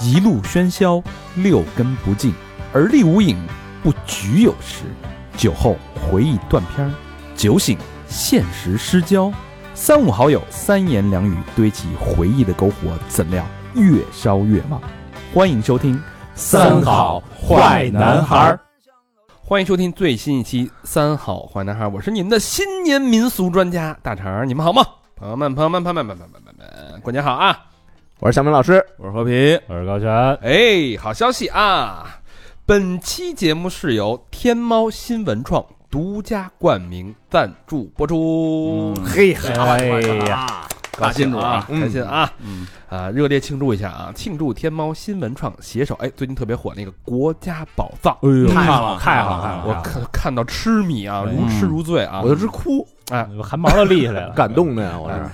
一路喧嚣，六根不净，而立无影，不局有时。酒后回忆断片儿，酒醒现实失焦。三五好友三言两语堆起回忆的篝火，怎料越烧越旺。欢迎收听《三好坏男孩儿》。欢迎收听最新一期《三好坏男孩》，我是你们的新年民俗专家大肠儿，你们好吗？朋友们，朋友们，朋友们，朋友们，朋友们朋友们，过年好啊！我是小明老师，我是和平。我是高泉，哎，好消息啊！本期节目是由天猫新文创独家冠名赞助播出，嘿，哎呀，搞清楚啊，嗯开心啊！啊，热烈庆祝一下啊！庆祝天猫新文创携手哎，最近特别火那个国家宝藏，哎呦，太太好了太好看我看看到痴迷啊，嗯如痴如醉啊！我都直哭，哎，我汗毛都立起来了。感动的呀，我哎是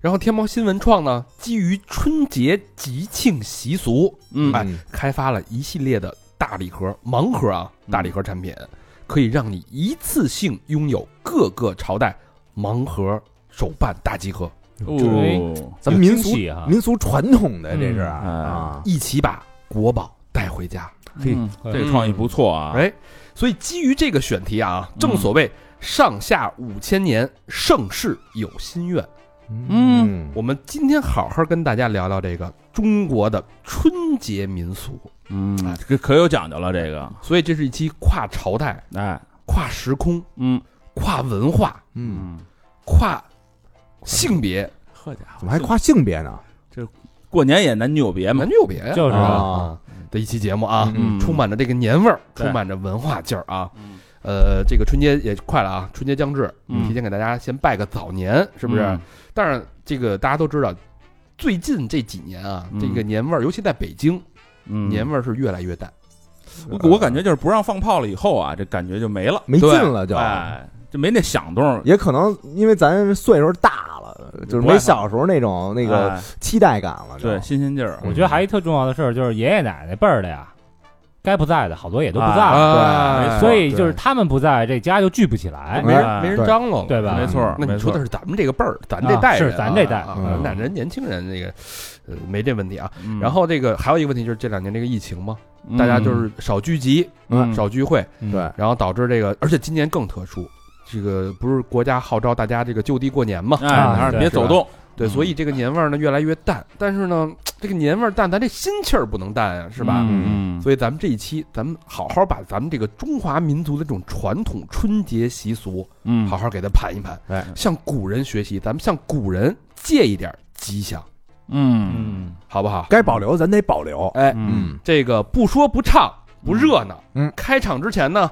然后天猫新文创呢，基于春节吉庆习俗，嗯哎，开发了一系列的大礼盒、盲盒啊，嗯大礼盒产品，可以让你一次性拥有各个朝代盲盒手办大集合，哦，咱们民有俗惊喜哈民俗传统的这是嗯哎啊，一起把国宝带回家。嘿嗯，这个创意不错啊！嗯哎，所以基于这个选题啊，正所谓上下五千年，盛世有心愿。嗯我们今天好好跟大家聊聊这个中国的春节民俗。嗯，这可有讲究了，这个，所以这是一期跨朝代、哎，跨时空、嗯跨文化、嗯，嗯，跨性别，好家伙，怎么还夸性别呢？过年也男女有别嘛男？女有别呀就是啊啊，的一期节目啊，嗯充满着这个年味儿，对充满着文化劲儿啊。嗯呃，这个春节也快了啊，春节将至，嗯提前给大家先拜个早年，是不是嗯？但是这个大家都知道，最近这几年啊，嗯这个年味儿，尤其在北京，嗯，年味儿是越来越淡。我我感觉就是不让放炮了以后啊，这感觉就没了，没劲了就，哎，就没那响动，也可能因为咱岁数大了，就是没小时候那种那个哎期待感了，就对新鲜劲儿，我觉得还有一特重要的事儿就是爷爷奶奶辈儿的呀，该不在的好多也都不在了，啊哎所以就是嗯对他们不在，这家就聚不起来，没哎人没人对张罗了，对吧？没错，那你没说错的，是咱们这个辈儿，咱这啊代人啊、是咱这代啊嗯那人年轻人这个，呃，没这问题啊。嗯然后这个还有一个问题就是这两年这个疫情嘛，大家就是少聚集、嗯少聚会，对，然后导致这个，而且今年更特殊，这个不是国家号召大家这个就地过年嘛？哎，嗯还是别走动，啊对，所以这个年味儿呢越来越淡，但是呢，这个年味儿淡，咱这心气儿不能淡呀、是吧？嗯，所以咱们这一期，咱们好好把咱们这个中华民族的这种传统春节习俗，嗯，好，好给它盘一盘，哎向古人学习，咱们向古人借一点吉祥，嗯嗯，好不好？该保留咱得保留，哎，嗯，这个不说不唱不热闹，嗯开场之前呢，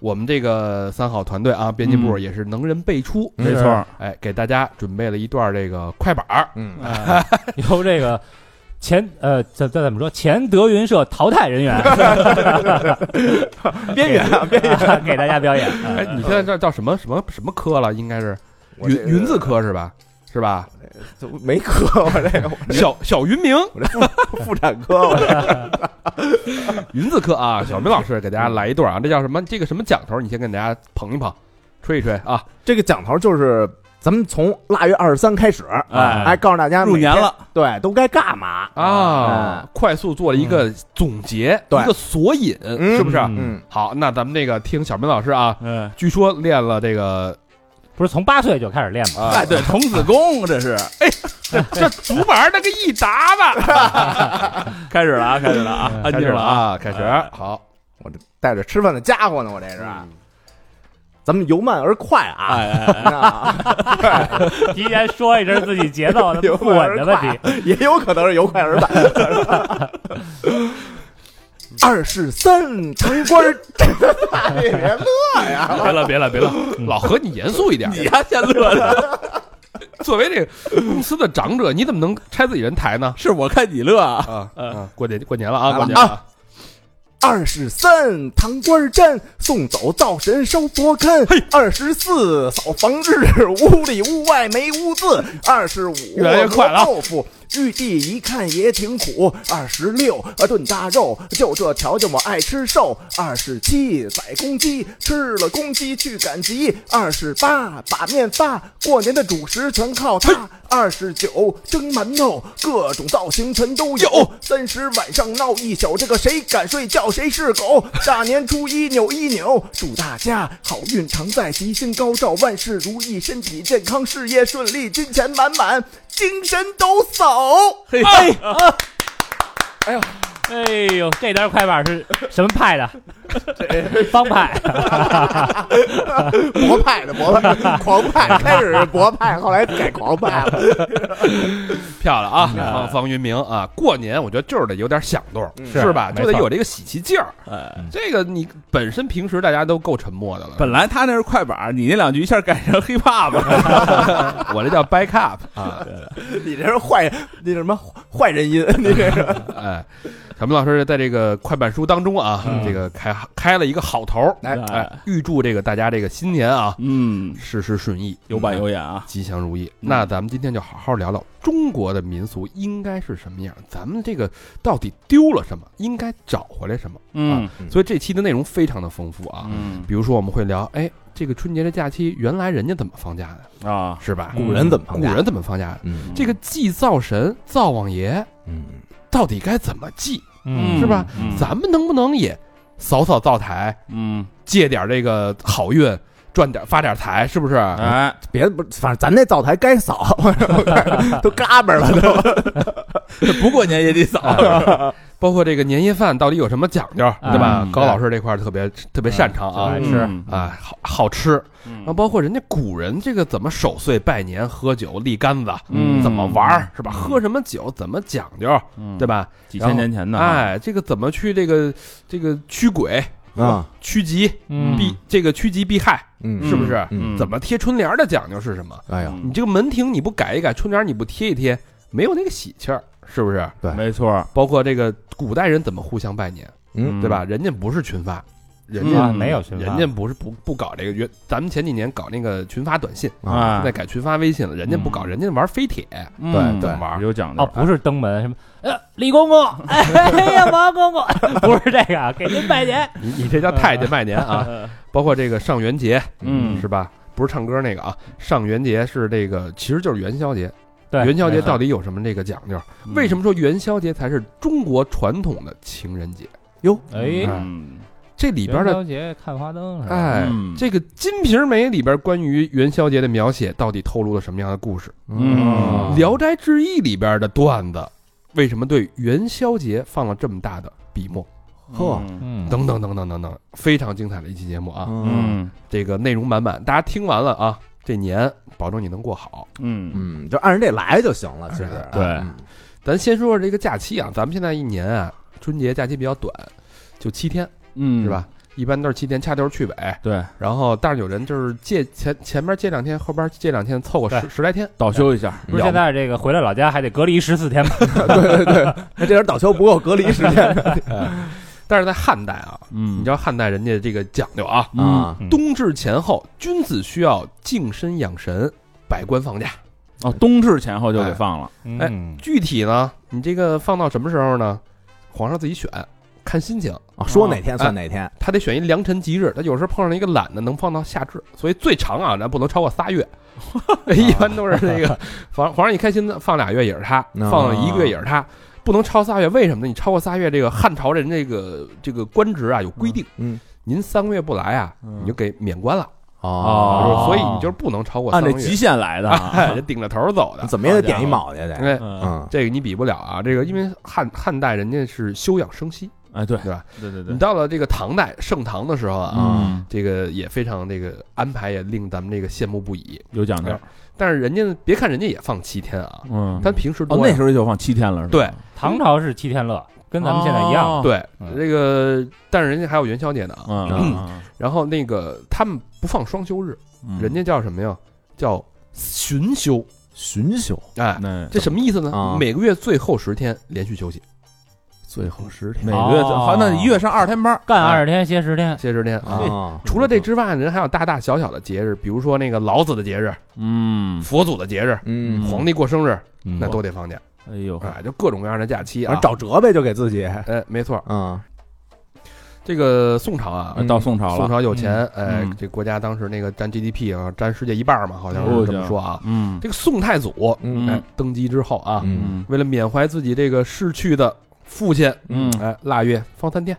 我们这个三好团队啊，编辑部也是能人辈出，没错儿，哎，给大家准备了一段这个快板儿，嗯，哎 由这个前呃怎怎怎么说前德云社淘汰人 员边缘啊边缘，给大家表演，啊哎，你现在这叫什么什么什么科了？应该是呃我云这个云字科是吧？是吧？就没磕我这个小小云明，我这妇妇产科，我这云字科啊，小明老师给大家来一段啊，这叫什么？这个什么讲头？你先给大家捧一捧，吹一吹啊！这个讲头就是咱们从腊月二十三开始，哎哎，告诉大家入园，了，对，都该干嘛？啊，快速做了一个总结，对一个索引，嗯是不是？嗯，好，那咱们这个听小明老师啊，嗯，据说练了这个不是从八岁就开始练 吗？哎，对，童子功这是这竹板那个一沓子，开始了啊，开始了啊，开安静始了了啊，啊，开始哎好，我这带着吃饭的家伙呢，我这是。咱们由慢而快啊！哎哎，啊提前说一声自己节 奏由不慢稳而的问题快，， 也有可能是由快而慢。二十三 城关儿，哎别乐呀！别了别了别了，老何你严肃一点。你丫先乐着。 作为这个公司的长者，你怎么能拆自己人台呢？是我看你乐啊，啊嗯啊，过年过年了啊，来过了年了啊，二十三，唐官毡，送走灶神收佛龛。二十四，扫房日，屋里屋外没屋子。二十五，越来越快了啊磨豆腐。玉帝一看也挺苦，二十六啊炖大肉，就这条件我爱吃瘦。二十七宰公鸡，吃了公鸡去赶集。二十八把面发，过年的主食全靠它。二十九蒸馒头，各种造型全都有。三十晚上闹一宿，这个谁敢睡觉谁是狗。大年初一扭一扭，祝大家好运常在，吉星高照，万事如意，身体健康，事业顺利，金钱满满，精神抖擞。 嘿，哎呦，这段快板是什么派的？帮派。博派的博派的，狂派，开始是博派，后来改狂派了。漂亮啊，嗯方方云明啊！过年我觉得就是得有点响动，是是吧？没就错得有这个喜气劲儿。哎，这个你本身平时大家都够沉默的了，本来他那是快板儿，你那两句一下改成 hiphop 了。 我这叫 back up 啊！ 你这是坏，那什么坏人音，你这是哎，小明老师在这个快板书当中啊，嗯这个开开了一个好头儿，哎哎，预祝这个大家这个新年啊， 嗯，事事顺意，有板有眼啊。吉祥如意。那咱们今天就好好聊聊中国的民俗应该是什么样，咱们这个到底丢了什么，应该找回来什么。嗯所以这期的内容非常的丰富啊，嗯比如说我们会聊，哎，这个春节的假期原来人家怎么放假的，啊，是吧？古人怎么放古假人怎么放假的？嗯这个祭灶神、灶王爷嗯，到底该怎么祭？嗯是吧？嗯咱们能不能也扫扫灶台，嗯，借点这个好运，赚点发点财，是不是？哎，别不，反正咱那灶台该扫，都嘎巴了都。不过年也得扫。哎包括这个年夜饭到底有什么讲究，嗯对吧嗯？高老师这块儿特别特别擅长啊嗯，是啊，好好吃啊，包括人家古人这个怎么守岁拜年、喝酒、立杆子，嗯怎么玩儿是吧？喝什么酒，怎么讲究，对吧？吧？几千年前的啊，哎，这个怎么去这个这个驱鬼啊，趋吉嗯避这个趋吉避害，嗯是不是？嗯怎？么贴春联儿的讲究是什么？哎呀，你这个门庭你不改一改，春联儿你不贴一贴，没有那个喜气儿，是不是？没错，包括这个古代人怎么互相拜年，嗯对吧？？人家不是群发，人嗯家、啊，没有群发人家不是不不搞这个原，咱们前几年搞那个群发短信，啊，哎现在，改群发微信了，人家不搞，人家玩飞铁，对怎么玩？嗯有讲哦，究。啊不是登门什么，呃，李 公公，哎呀，王公 公，不是这个，啊，给您拜年。你你这叫太监拜年啊！ 包括这个上元节，嗯是吧？不是唱歌那个啊，上元节是这个，其实就是元宵节。对，元宵节嗯没错到底有什么这个讲究？为什么么？说元宵节才是中国传统的情人节？哎，嗯这里边元的宵节看花灯是吧？哎嗯，这个《金瓶梅》里边关于元宵节的描写，到底透露了什么样的故事？嗯啊《聊斋志异》里边的段子，为什么对元宵节放了这么大的笔墨？呵嗯嗯，等等等等等等，非常精彩的一期节目啊！嗯嗯这个内容满满，大家听完了啊，这年保证你能过好。嗯嗯，就按着这来就行了，其实对嗯咱先说说这个假期啊，咱们现在一年啊，春节假期比较短，就七天嗯是？吧？一般都是七天，掐头去尾。对，然后，但是有人就是借前前边借两天，后边借两天，凑个十对十来天。倒休一下，不是现在这个回来老家还得隔离十四天吗？对对对，那这人倒休不够隔离时间的但是在汉代啊，嗯你知道汉代人家这个讲究啊，啊，嗯冬至前后，君子需要静身养神，百官放假。哦，冬至前后就给放了，哎嗯，具体呢，你这个放到什么时候呢？皇上自己选，看心情。啊，说哪天算哪天。他得选一良辰吉日，他有时候碰上一个懒的，能放到夏至，所以最长啊，咱不能超过仨月，一般都是那个皇皇上一开心的放俩月也是他，啊放一个月也是他，不能超仨月。为什么呢？你超过仨月，这个汉朝人这个这个官职啊有规定，嗯，您三个月不来啊，嗯你就给免官了，哦，哦所以你就是不能超过按三个这月，极限来的 啊，哎，人顶着头走的， 怎么也得点一卯去得。哎，嗯嗯，这个你比不了啊，这个因为汉汉代人家是休养生息，哎，对对吧？对对你，到了这个唐代盛唐的时候啊。嗯，这个也非常这个安排也令咱们这个羡慕不已。有讲哎究，但是人家别看人家也放七天啊，嗯，但平时多哦，呀、那时候就放七天了，是吧？对，唐朝是七天乐，跟咱们现在一样。哦，对嗯这个，但是人家还有元宵节呢啊。嗯，然后那个他们不放双休日，嗯人家叫什么呀？叫旬休。巡修哎，那这什么意思呢？嗯啊每个月最后十天连续休息，最后十每天个月哦好，那一月上二天班，干二十天歇十天，歇十天啊。嗯啊，除了这之外，人还有大大小小的节日，比如说那个老子的节日、嗯佛祖的节日、嗯皇帝过生日，嗯那都得放假。哎呦，啊，就各种各样的假期反啊正。找辙呗，就给自己哎，没错，啊，这个宋朝啊，啊到宋朝宋了，朝有钱，哎嗯，这国家当时那个占 GDP 啊，占世界一半儿嘛，好像哦是这么说啊。嗯这个宋太祖，嗯哎，登基之后啊，嗯嗯为了缅怀自己这个逝去的父亲，嗯，哎，腊月放三天，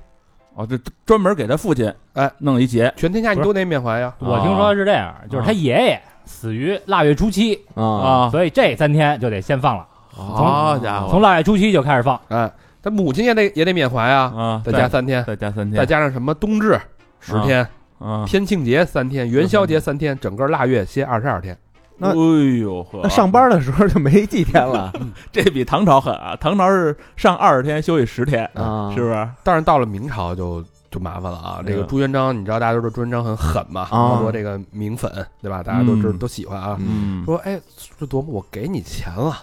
哦，这专门给他父亲哎弄一节，全天下你不是都得缅怀呀。我听说是这样，就是他爷爷死于腊月初七啊哦所以这三天就得先放了，好家伙从腊月初七就开始放。哎，他母亲也得也得缅怀啊，啊，再加三天，再加三天，再加上什么冬至十天，啊，天庆节三天，元宵节三天，整个腊月歇二十二天。那哎呦呵，那上班的时候就没几天了这比唐朝狠啊！唐朝是上二十天休息十天，啊，是不是？但是到了明朝就就麻烦了啊！这个嗯朱元璋，你知道大家都知道朱元璋很狠嘛，啊很多这个明粉对吧？大家都知嗯都喜欢啊。嗯说哎，这琢磨我给你钱了，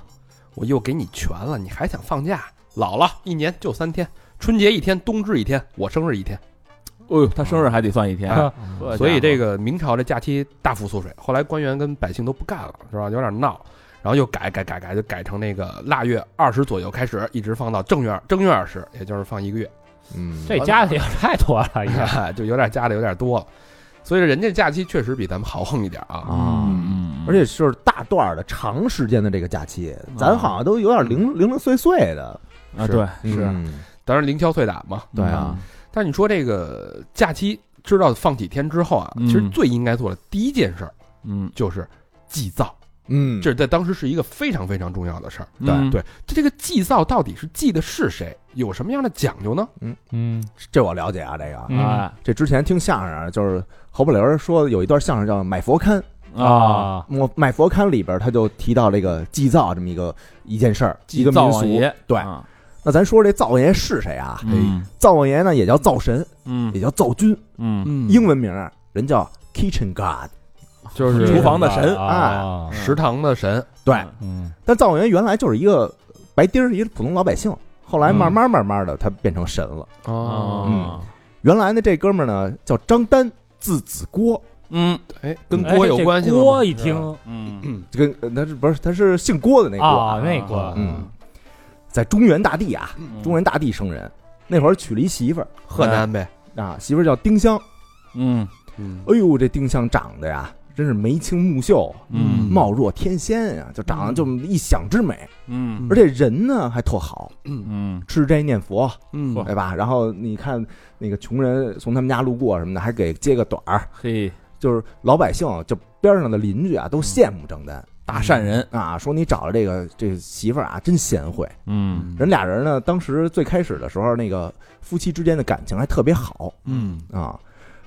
我又给你权了，你还想放假？老了一年就三天，春节一天，冬至一天，我生日一天，哎呦，他生日还得算一天，啊呃所以这个个明朝的假期大幅缩水。后来官员跟百姓都不干了，是吧？有点闹，然后又改改改改，就改成那个腊月二十左右开始，一直放到正月正月二十，也就是放一个月。嗯，这家里也太多了， 已经 就有点加的有点多了，所以人家假期确实比咱们好横一点啊。啊。嗯而且就是大段儿的长时间的这个假期，咱好像都有点零零零碎碎的，啊，对，是嗯当然零敲碎打嘛。对啊，但是你说这个假期知道放几天之后啊，嗯其实最应该做的第一件事儿嗯，就是祭灶，嗯，这在当时是一个非常非常重要的事儿。对嗯对，这这个祭灶到底是祭的是谁，有什么样的讲究呢？嗯这我了解啊，这个嗯哎这之前听相声啊就是侯宝林说有一段相声叫《买佛龛》，啊，我《买佛龛》里边他就提到这个祭灶这么一个一件事儿，一个灶民王俗。爷对啊那咱说这灶王爷是谁啊？嗯灶王爷呢也叫灶神，也嗯叫灶君，嗯，嗯英文名儿人叫 Kitchen God。就是厨房的神啊，食堂的神，对，嗯但灶王爷原来就是一个白丁儿，一个普通老百姓，后来嗯慢慢慢慢的他变成神了。哦，原来呢这哥们儿呢叫张丹，字子郭，嗯哎，跟锅有关系哎吗？这锅一听嗯这跟呃他是不是他是姓郭的那郭啊，那锅嗯，在中原大地啊，嗯中原大地生人，那会儿娶了一媳妇儿河南呗，啊，媳妇儿叫丁香。嗯嗯，哎呦，这丁香长得呀，真是眉清目秀，嗯貌若天仙呀、就长得就一想之美。嗯而且人呢还特好，嗯吃斋念佛，嗯对吧？然后你看那个穷人从他们家路过什么的，还给接个短儿，嘿，就是老百姓就边上的邻居啊都羡慕张丹大善人，啊，说你找的这个这媳妇儿啊真贤惠。嗯人俩人呢，当时最开始的时候，那个夫妻之间的感情还特别好嗯啊。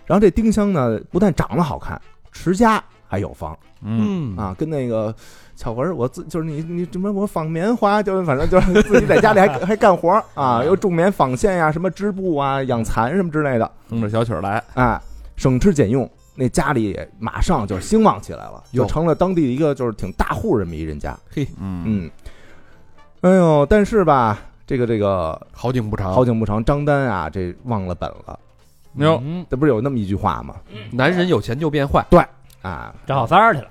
然后这丁香呢，不但长得好看，持家还有房嗯嗯啊，跟那个巧文儿，我自就是你你什么我纺棉花，就是反正就是 自己在家里还还干活儿啊，又种棉纺线呀、什么织布啊、养蚕什么之类的，哼着小曲儿来，啊，省吃俭用，那家里马上就兴旺起来了，哟就成了当地一个就是挺大户这么一人家，嗯嗯，哎呦，但是吧，这个这个好景不长，好景不长，张丹啊，这忘了本了。哟，嗯，这不是有那么一句话吗？男人有钱就变坏，啊，找好三儿去了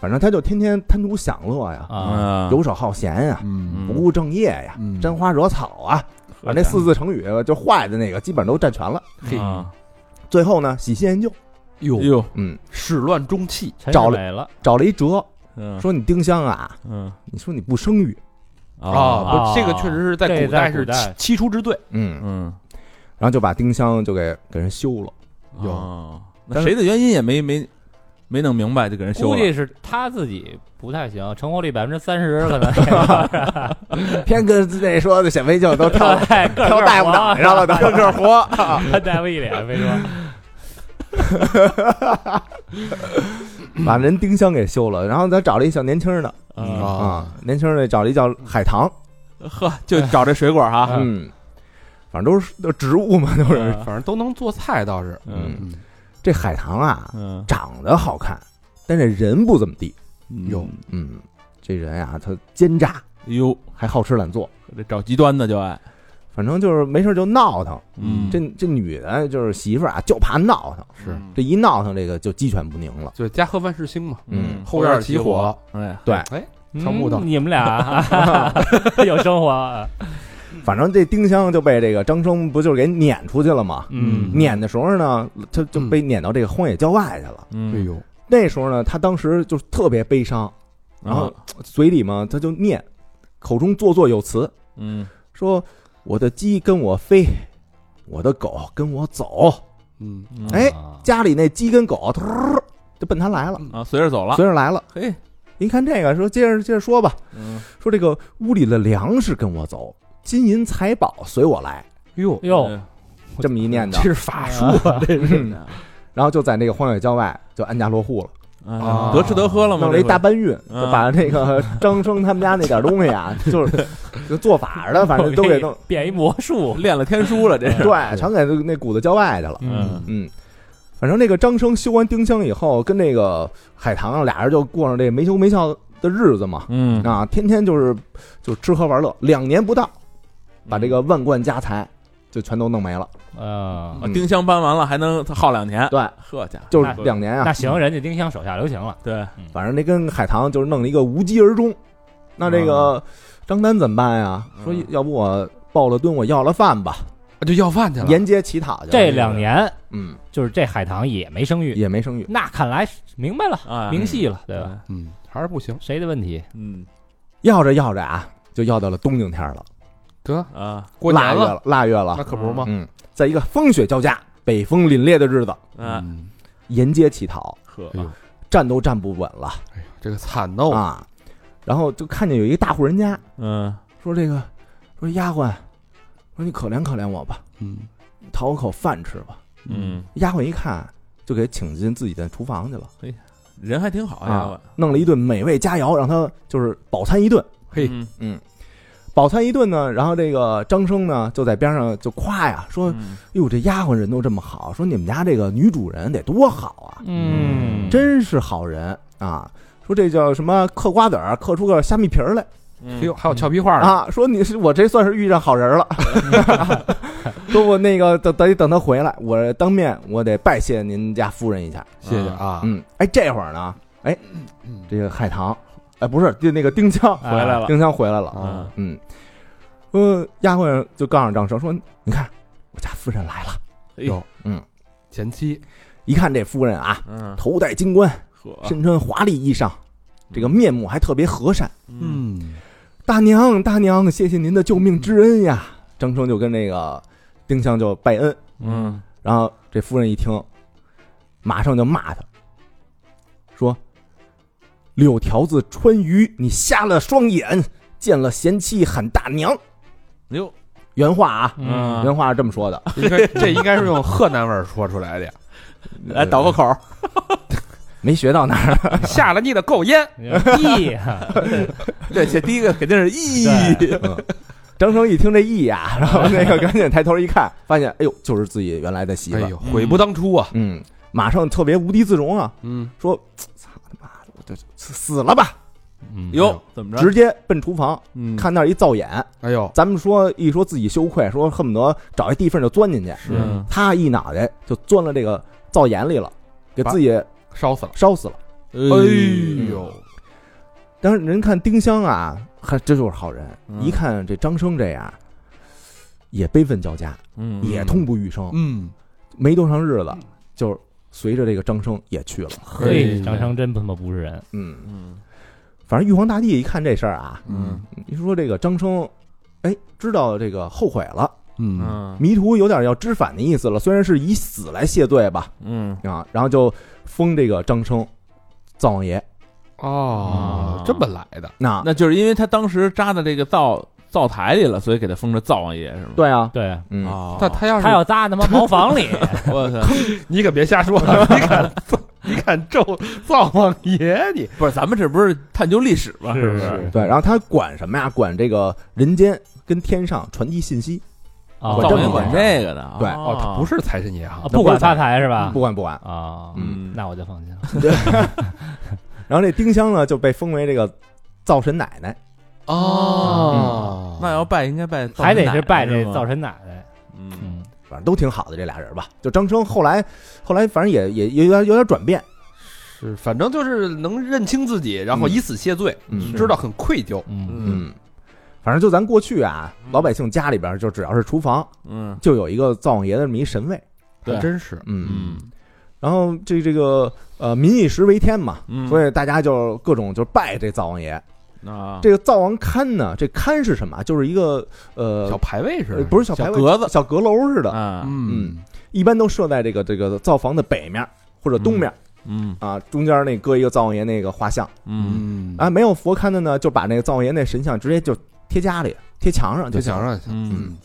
反正他就天天贪图享乐呀，啊，嗯游手好闲呀，嗯不务正业呀，嗯沾花惹草啊，把那四字成语就坏的那个基本上都占全了。嘿啊最后呢，喜新厌旧，哟哟，嗯，始乱终弃，陈找世了美了找了一辙，嗯说你丁香啊，嗯你说你不生育，啊不这个确实是在这古在代古是代七七出之最。嗯，嗯然后就把丁香就给给人休了。有有，那但是谁的原因也没没没弄明白，就给人修估了。计是他自己不太行，成活率百分之三十可能也偏跟那说的显微镜都 挑哎个挑个大夫黄 长上了，都个活。他大夫一脸非说， 把人丁香给休了，然后他找了一小年轻儿的嗯啊啊，年轻儿的找了一叫海棠，呵，就找这水果哈，嗯，反正都是都是植物嘛，都是。啊反正都能做菜倒是。嗯嗯，这海棠啊，嗯长得好看，但这人不怎么地。哟，嗯，这人啊，他奸诈，哟，还好吃懒做，这找极端的就爱，反正就是没事儿就闹腾。嗯这这女的，就是媳妇儿啊，就怕闹腾，是嗯这一闹腾，这个就鸡犬不宁了。就家和万事兴嘛，嗯后院起火，哎，对哎，小木头嗯你们俩 啊有生活啊，反正这丁香就被这个张生不就是给撵出去了吗？嗯撵的时候呢，他就被撵到这个荒野郊外去了。嗯哎呦，那时候呢，他当时就是特别悲伤，然后嘴里嘛他就念，口中做作有词，嗯说我的鸡跟我飞，我的狗跟我走，嗯，哎家里那鸡跟狗，突儿就奔他来了，啊，随着走了，随着来了。嘿，您看这个，说接着接着说吧，嗯说这个屋里的粮食跟我走，金银财宝随我来，哟，哟，哎这么一念叨这，是法术啊，这嗯然后就在那个荒野郊外就安家落户了，啊得吃得喝了吗？弄了一这回大搬运，嗯就把那个 张生他们家那点东西啊，就是就做法的，哎 反正 都给弄，变一魔 术，练了天书了，这是对，全给那鼓到郊外去了。嗯，嗯，反正那个张生修完丁香以后，跟那个海棠啊俩人就过上这没羞没臊的日子嘛，嗯啊，天天就是就吃喝玩乐，两年不到，把这个万贯家财就全都弄没了。呃，啊丁香搬完了还能耗两年，对，呵家伙，就是两年啊那，行，人家丁香手下留情了，对，反正那跟海棠就是弄了一个无疾而终。那这个张丹怎么办呀？说嗯要不我报了蹲，我要了饭吧，就要饭去了，沿街乞讨去了。这两年嗯就是这海棠也没生育，也没生育，那看来是明白了，啊，明细了，对吧？嗯，还是不行，谁的问题？嗯要着要着啊，就要到了冬景天了，得啊过年腊月了，了，腊月了 那。可不是吗？嗯，在一个风雪交加、北风凛冽的日子，啊，嗯，沿街乞讨，呵哎，呦，站都站不稳了、哎呦，这个惨哦，啊！然后就看见有一个大户人家嗯说：“这个，说丫鬟，说你可怜可怜我吧，嗯，讨我口饭吃吧。嗯，”丫鬟一看，就给请进自己的厨房去了，人还挺好，啊呀，弄了一顿美味佳肴，让他就是饱餐一顿。嘿嗯饱餐一顿呢，然后这个张生呢就在边上就夸呀，说：“嗯哟，这丫鬟人都这么好，说你们家这个女主人得多好啊！”嗯，真是好人啊！说这叫什么嗑瓜子儿，嗑出个虾米皮儿来哎嗯呦，还有俏皮话呢，啊！说你是我这算是遇上好人 了。 说我那个等得等他回来，我当面我得拜谢您家夫人一下。谢谢啊，嗯，哎，这会儿呢，哎，这个海棠，哎，不是，就那个丁香啊 回来了，丁香回来了。啊，嗯，呃，丫鬟就告诉张生说：“你看，我家夫人来了。前妻，”一看这夫人啊，嗯，头戴金冠，呵，身穿华丽衣裳，这个面目还特别和善。嗯嗯，大娘，大娘，谢谢您的救命之恩呀！张嗯生就跟那个丁香就拜恩，嗯然后这夫人一听，马上就骂他，说：“柳条子川渝，你瞎了双眼，见了贤妻喊大娘。哟，”原话啊，嗯原话是这么 说的。应该这应该是用河南味儿说出来的，来倒个口，没学到哪儿，下了你的狗烟，嗯 咦，对，这第一个肯定是意 嗯对张嗯生一听这意 呀、然后那个赶紧抬头一看，发现哎呦，就是自己原来的媳妇哎儿。呦，悔不当初啊，嗯，马上特别无地自容啊，嗯，说：“操他妈的，我就死了吧！”嗯哟，嗯怎么着？直接奔厨房，嗯看那儿一造眼。哎呦，咱们说一说自己羞愧，说恨不得找一地缝就钻进去。是他一脑袋就钻了这个灶眼里了，给自己烧死了，烧死了。哎呦，但是人看丁香啊，还这就是好人。嗯一看这张生这样，也悲愤交加，嗯也痛不欲生。嗯，没多长日子，就是随着这个张生也去了。嘿，张生真他妈不是人，嗯，嗯反正玉皇大帝一看这事儿啊，嗯你说这个张生，哎，知道这个后悔了。嗯，嗯迷途有点要知返的意思了，虽然是以死来谢罪吧，嗯啊，然后就封这个张生灶王爷。哦，这么来的，那那就是因为他当时扎在这个灶灶台里了，所以给他封着灶王爷是吗？对啊，对嗯，啊，但他要是他要搭他妈茅房 里， 我操，你可别瞎说，啊 你敢你敢咒灶王爷你，不是咱们这不是探究历史吗？是是不是对，然后他管什么呀？管这个人间跟天上传递信息，啊，灶这王么爷一管这个的，对哦，他不是财神爷啊哈，不管发财是吧？不管不管。啊，嗯那我就放心了。然后这丁香呢就被封为这个灶神奶奶，哦啊那要拜应该拜灶还得神奶是奶拜这吗灶神奶奶，嗯嗯，反正都挺好的这俩人吧。就张生后来后来反正也也也有点有点转变，是反正就是能认清自己，然后以死谢罪，嗯知道很愧疚。嗯嗯，反正就咱过去啊，老百姓家里边就只要是厨房，嗯，就有一个灶王爷的这么一神位，对还真是嗯，嗯然后这这个呃民以食为天嘛，嗯，所以大家就各种就拜这灶王爷。啊，这个灶王龛呢，这龛是什么啊？就是一个呃小，牌位似呃的，不是小小牌位格子小阁楼似的，啊，嗯一般都设在这个这个灶房的北面或者东面嗯啊，中间那搁一个灶王爷那个画像嗯嗯啊，没有佛龛的呢，就把那个灶王爷那神像直接就贴家里贴墙上就就行想了。让嗯，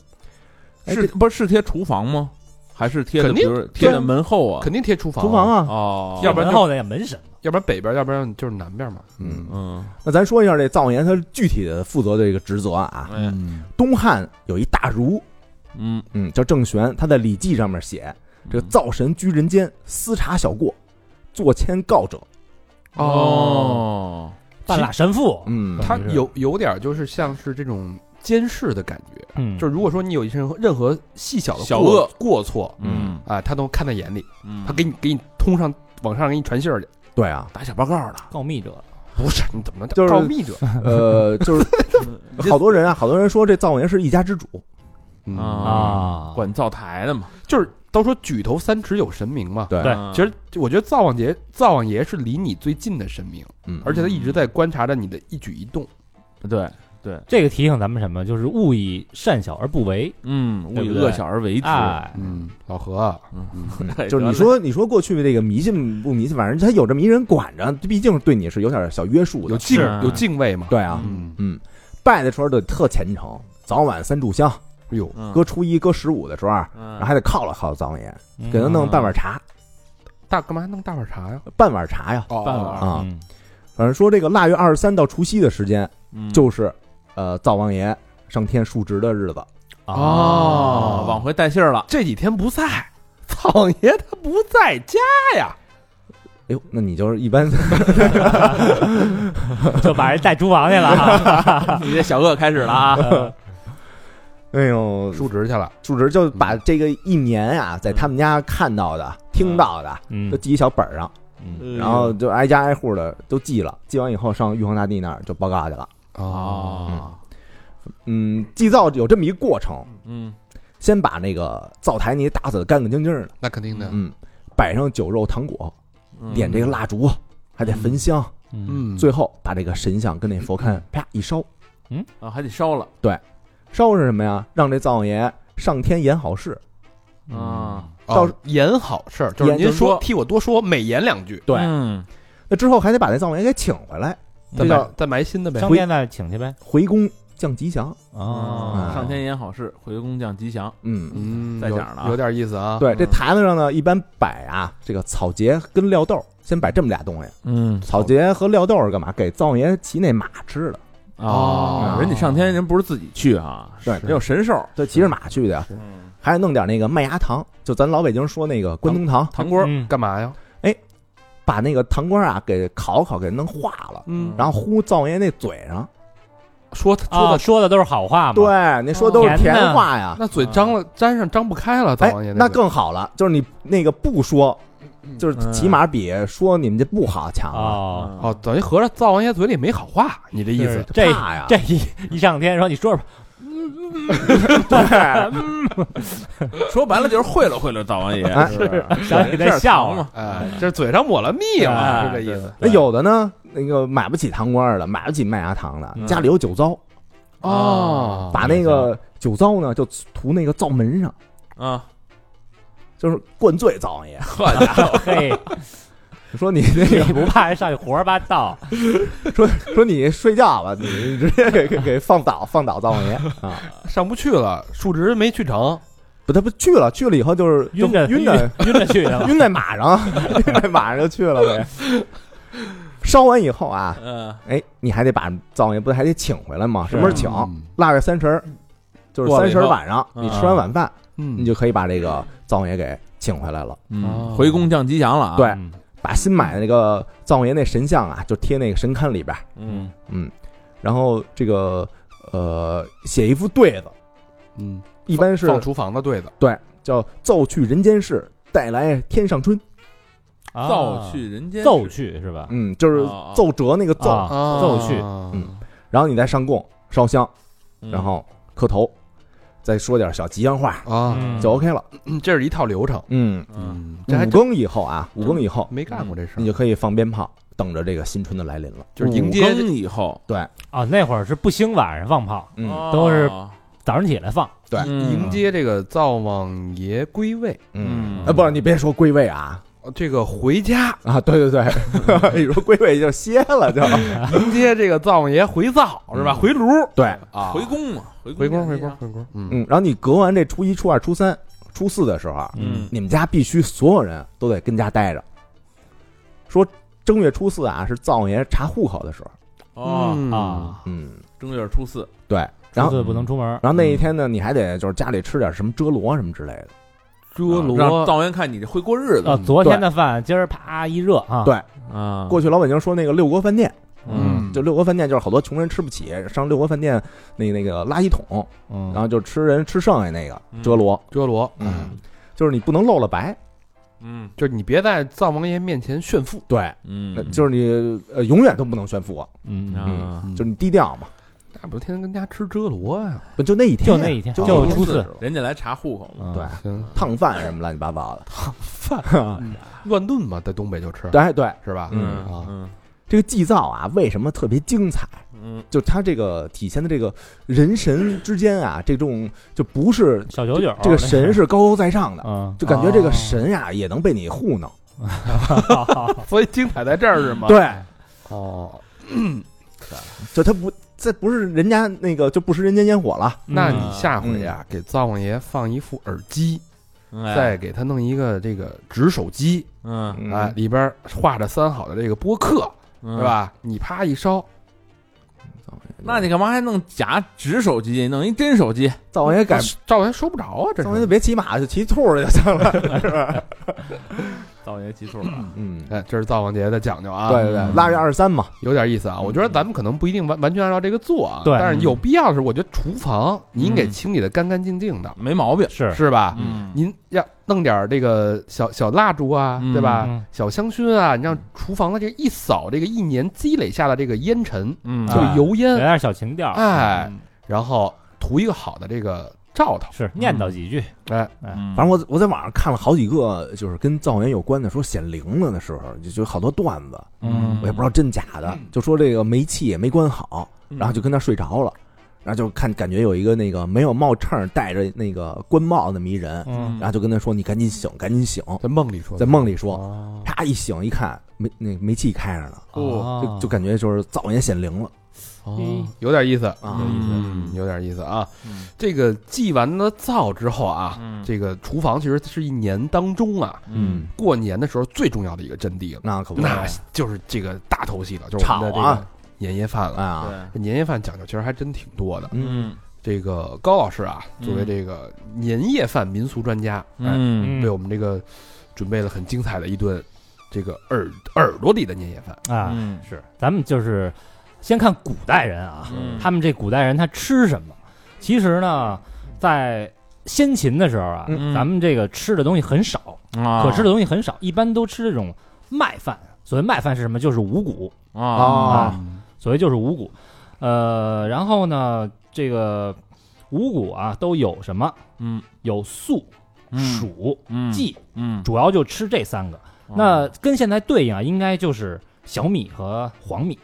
哎是不是是贴厨房吗？还是贴的，肯比定如贴的门后啊？肯定贴厨房，厨房，啊，哦，要不然然就后呢也门神嘛，要不然北边，要不然就是南边嘛。嗯，嗯，那咱说一下这灶王爷他具体的负责的这个职责啊。哎，东汉有一大儒，嗯，嗯，叫郑玄，他在《礼记》上面写，这个灶神居人间，私查小过，坐迁告者。哦，半拉神父， 嗯它有有点就是像是这种监视的感觉，嗯就是如果说你有一任何任何细小的小过恶过错嗯，啊，他都看在眼里，嗯他给你给你通上往上给你传信儿去，对啊，打小报告呢。告密者，不是你怎么能就是告密者？呃， 就是好多人啊，好多人说这灶王爷是一家之主，嗯啊，管灶台的嘛，就是都说举头三尺有神明嘛。对对嗯其实我觉得灶王爷灶王爷是离你最近的神明，嗯而且他一直在观察着你的一举一动。对，这个提醒咱们什么？就是勿以善小而不为，嗯，勿对以不对恶小而为之，嗯哎，嗯，老何啊，就是你说你说过去这个迷信不迷信，反正他有这么一人管着，毕竟对你是有点小约束有的。敬是有敬畏嘛？对啊，嗯，嗯，拜的时候得特虔诚，早晚三炷香，哎呦，嗯搁初一搁十五的时候啊，然后嗯还得犒劳犒劳灶王爷，嗯给他弄半碗茶，大干嘛弄大碗茶呀？半碗茶呀哦半碗啊。嗯反正说这个腊月二十三到除夕的时间，嗯就是呃灶王爷上天述职的日子。哦，往回带信儿了，啊这几天不 在，灶王爷他不在家呀。哎呦，那你就是一般 就把人带厨房去了 啊，你这小恶开始了啊，哎呦述职去了，述职就把这个一年啊，在他们家看到的、听到的，嗯都记一小本儿上，嗯然后就挨家挨户的都记了，记完以后上玉皇大帝那儿就报告去了。哦，嗯，祭灶有这么一过程，嗯先把那个灶台你打扫得干干净净的，那肯定的。嗯，摆上酒肉糖果，嗯点这个蜡烛，还得焚香，嗯嗯，最后把这个神像跟那佛龛啪一烧，啊，还得烧了烧是什么呀？让这灶王爷上天言好事。啊，到到言好事儿，哦就是言您就是说说替我多说美言两句，对嗯那之后还得把那灶王爷给请回来，再这买叫再埋新的呗。商店那儿请去呗，回宫降吉祥。嗯哦，啊上天言好事，回宫降吉祥，嗯，嗯在有哪儿呢有点意思啊。对，这台子上呢一般摆啊这个草节跟料豆，先摆这么俩东西。嗯草节和料豆是干嘛？给灶王爷骑那马吃的，哦，人家上天人不是自己去啊，对人有神兽，就骑着马去的。嗯，还弄点那个麦芽糖，就咱老北京说那个关东糖，糖锅嗯干嘛呀？把那个糖瓜啊给烤烤，给弄化了，嗯然后糊灶王爷那嘴上。说说啊，的说的都是好话嘛，对，你说都是甜的甜话呀。那嘴张了，粘上张不开了，灶哎王爷，那个更好了，就是你那个不说，就是起码比说你们这不好强啊。嗯哦，哦，等于合着灶王爷嘴里没好话，你这意是思？这怕呀， 这一一上天说 你说说吧，说白了就是贿赂贿赂灶王爷，哎是想起在笑嘛，哎，这嘴上抹了蜜了，哎是这意思？那有的呢，那个买不起糖瓜的，买不起麦芽糖的，嗯家里有酒糟，哦，把那个酒糟呢就涂那个灶门上，啊，就是灌醉灶王爷，呵家伙，嘿，说你那你不怕人上去胡说八道？个说说你睡觉吧，你直接给给给放倒放倒灶王爷啊！上不去了，数值没去成，不，他不去了，去了以后就是就晕着晕着晕着去的 嘛，晕在马上，晕在马上就去了呗。烧完以后啊，嗯，哎，你还得把灶王爷不还得请回来吗？什么时候请？啊嗯腊月三十儿，就是过了三以十儿后晚上，嗯你吃完晚饭，你嗯，就可以把这个灶王爷给请回来了。嗯哦回宫降吉祥了啊，对嗯把新买的那个灶王爷那神像啊，就贴那个神龛里边儿，嗯，嗯，然后这个呃，写一副对子，嗯，一般是放厨房的对子，啊对，叫“奏去人间事，带来天上春嗯啊造去人间，奏去是吧？嗯，就是哦哦奏折那个奏，啊奏去嗯然后你再上供烧香，嗯然后磕头，再说点小吉祥话啊，嗯就 OK 了。嗯这是一套流程。嗯，嗯，这还五真更以后啊，五更以后没干过这事儿你，就可以放鞭炮，等着这个新春的来临了。就是迎接五更以嗯后，啊，那会儿是不兴晚上放炮，嗯都是啊早上起来放。对嗯迎接这个灶王爷归位，嗯，嗯啊，不是你别说归位啊呃这个回家啊，对对 对，你说归位就歇了就， 迎接这个灶王爷回灶是吧？嗯回炉对，啊，回宫嘛，回回宫回回宫回宫，嗯嗯，然后你隔完这初一、初二、初三、初四的时候啊，嗯你们家必须所有人都得跟家待着。说正月初四啊，是灶王爷查户口的时候，哦，啊，嗯，正月初四，对，然后初四不能出门，然后那一天呢，你还得就是家里吃点什么遮罗什么之类的，遮啊让罗灶员看你会过日子啊，昨天的饭今儿啪一热啊，嗯对啊过去老北京说那个六国饭店，嗯就六国饭店就是好多穷人吃不起，上六国饭店那那个垃圾桶，嗯然后就吃人吃剩下那个嗯遮罗，遮罗，嗯，就是你不能露了白，嗯就是你别在灶王爷面前炫富，对，那嗯，就是你呃永远都不能炫富，嗯，嗯啊，就是你低调嘛，那不天天跟家吃遮罗呀？不就那一天就啊，那一天，就就那初初四，人家来查户口嘛，啊嗯对，行，烫饭什么乱七八糟的，乱炖嘛，在东北就吃对对，是吧？嗯啊，嗯这个祭灶啊，为什么特别精彩？嗯就它这个体现的这个人神之间啊，这种就不是小九九，这个 神是高高在上的，嗯，就感觉这个神呀、也能被你糊弄。所以精彩在这儿是吗？对，哦，就他不，这不是人家那个就不食人间烟火了。那你下回嗯呀，给灶王爷放一副耳机，嗯，哎再给他弄一个这个纸手机，嗯嗯啊，里边画着三好的这个播客，嗯是？吧？你啪一烧，嗯那你干嘛还弄假纸手机，弄一真手机？灶王爷改，哎灶王爷收不着啊，这哎灶王爷是就。别骑马，就骑兔儿就行了。灶爷记错了，嗯，哎，这是灶王爷的讲究啊，对对对，腊月二十三嘛，有点意思嗯啊。我觉得咱们可能不一定完完全按照这个做啊，对但是有必要的是，我觉得厨房你应该嗯清理的干干净净的，没毛病。是是吧？嗯您要弄点这个小小蜡烛啊，嗯对吧？嗯小香薰啊，你让厨房的这一扫，这个一年积累下的这个烟尘，嗯就啊是油有烟，点小情嗯调，哎，然后涂一个好的这个兆头，是念叨几句，哎，反反正我我在网上看了好几个，就是跟灶王爷有关的，说显灵了的时候，就就好多段子，嗯我也不知道真假的，就说这个煤气也没关好，然后就跟那儿睡着了，然后就看感觉有一个那个没有帽衬儿戴着那个官帽那么一人，嗯然后就跟他说：“你赶紧醒，赶紧醒。”在梦里说的，在梦里说，哦啪一醒一看，煤那煤气开着呢，哦就就感觉就是灶王爷显灵了哦，有点意思啊有意思嗯有点意思啊。嗯这个祭完了灶之后啊，嗯这个厨房其实是一年当中啊，嗯，过年的时候最重要的一个阵地了，那可不那就是这个大头戏了，就是我们的这哦炒啊个年夜饭了。啊，对，这年夜饭讲究其实还真挺多的。嗯，这个高老师啊，嗯作为这个年夜饭民俗专家，哎，嗯嗯为我们这个准备了很精彩的一顿这个耳耳朵里的年夜饭。啊，嗯是，咱们就是先看古代人啊，嗯他们这古代人他吃什么？其实呢，在先秦的时候啊，嗯咱们这个吃的东西很少，啊，可吃的东西很少，一般都吃这种麦饭。所谓麦饭是什么？就是五谷，哦啊所谓就是五谷。呃，然后呢，这个五谷啊都有什么？嗯，有粟、黍、嗯哦稷，嗯主要就吃这三个。那跟现在对应啊，应该就是小米和黄米，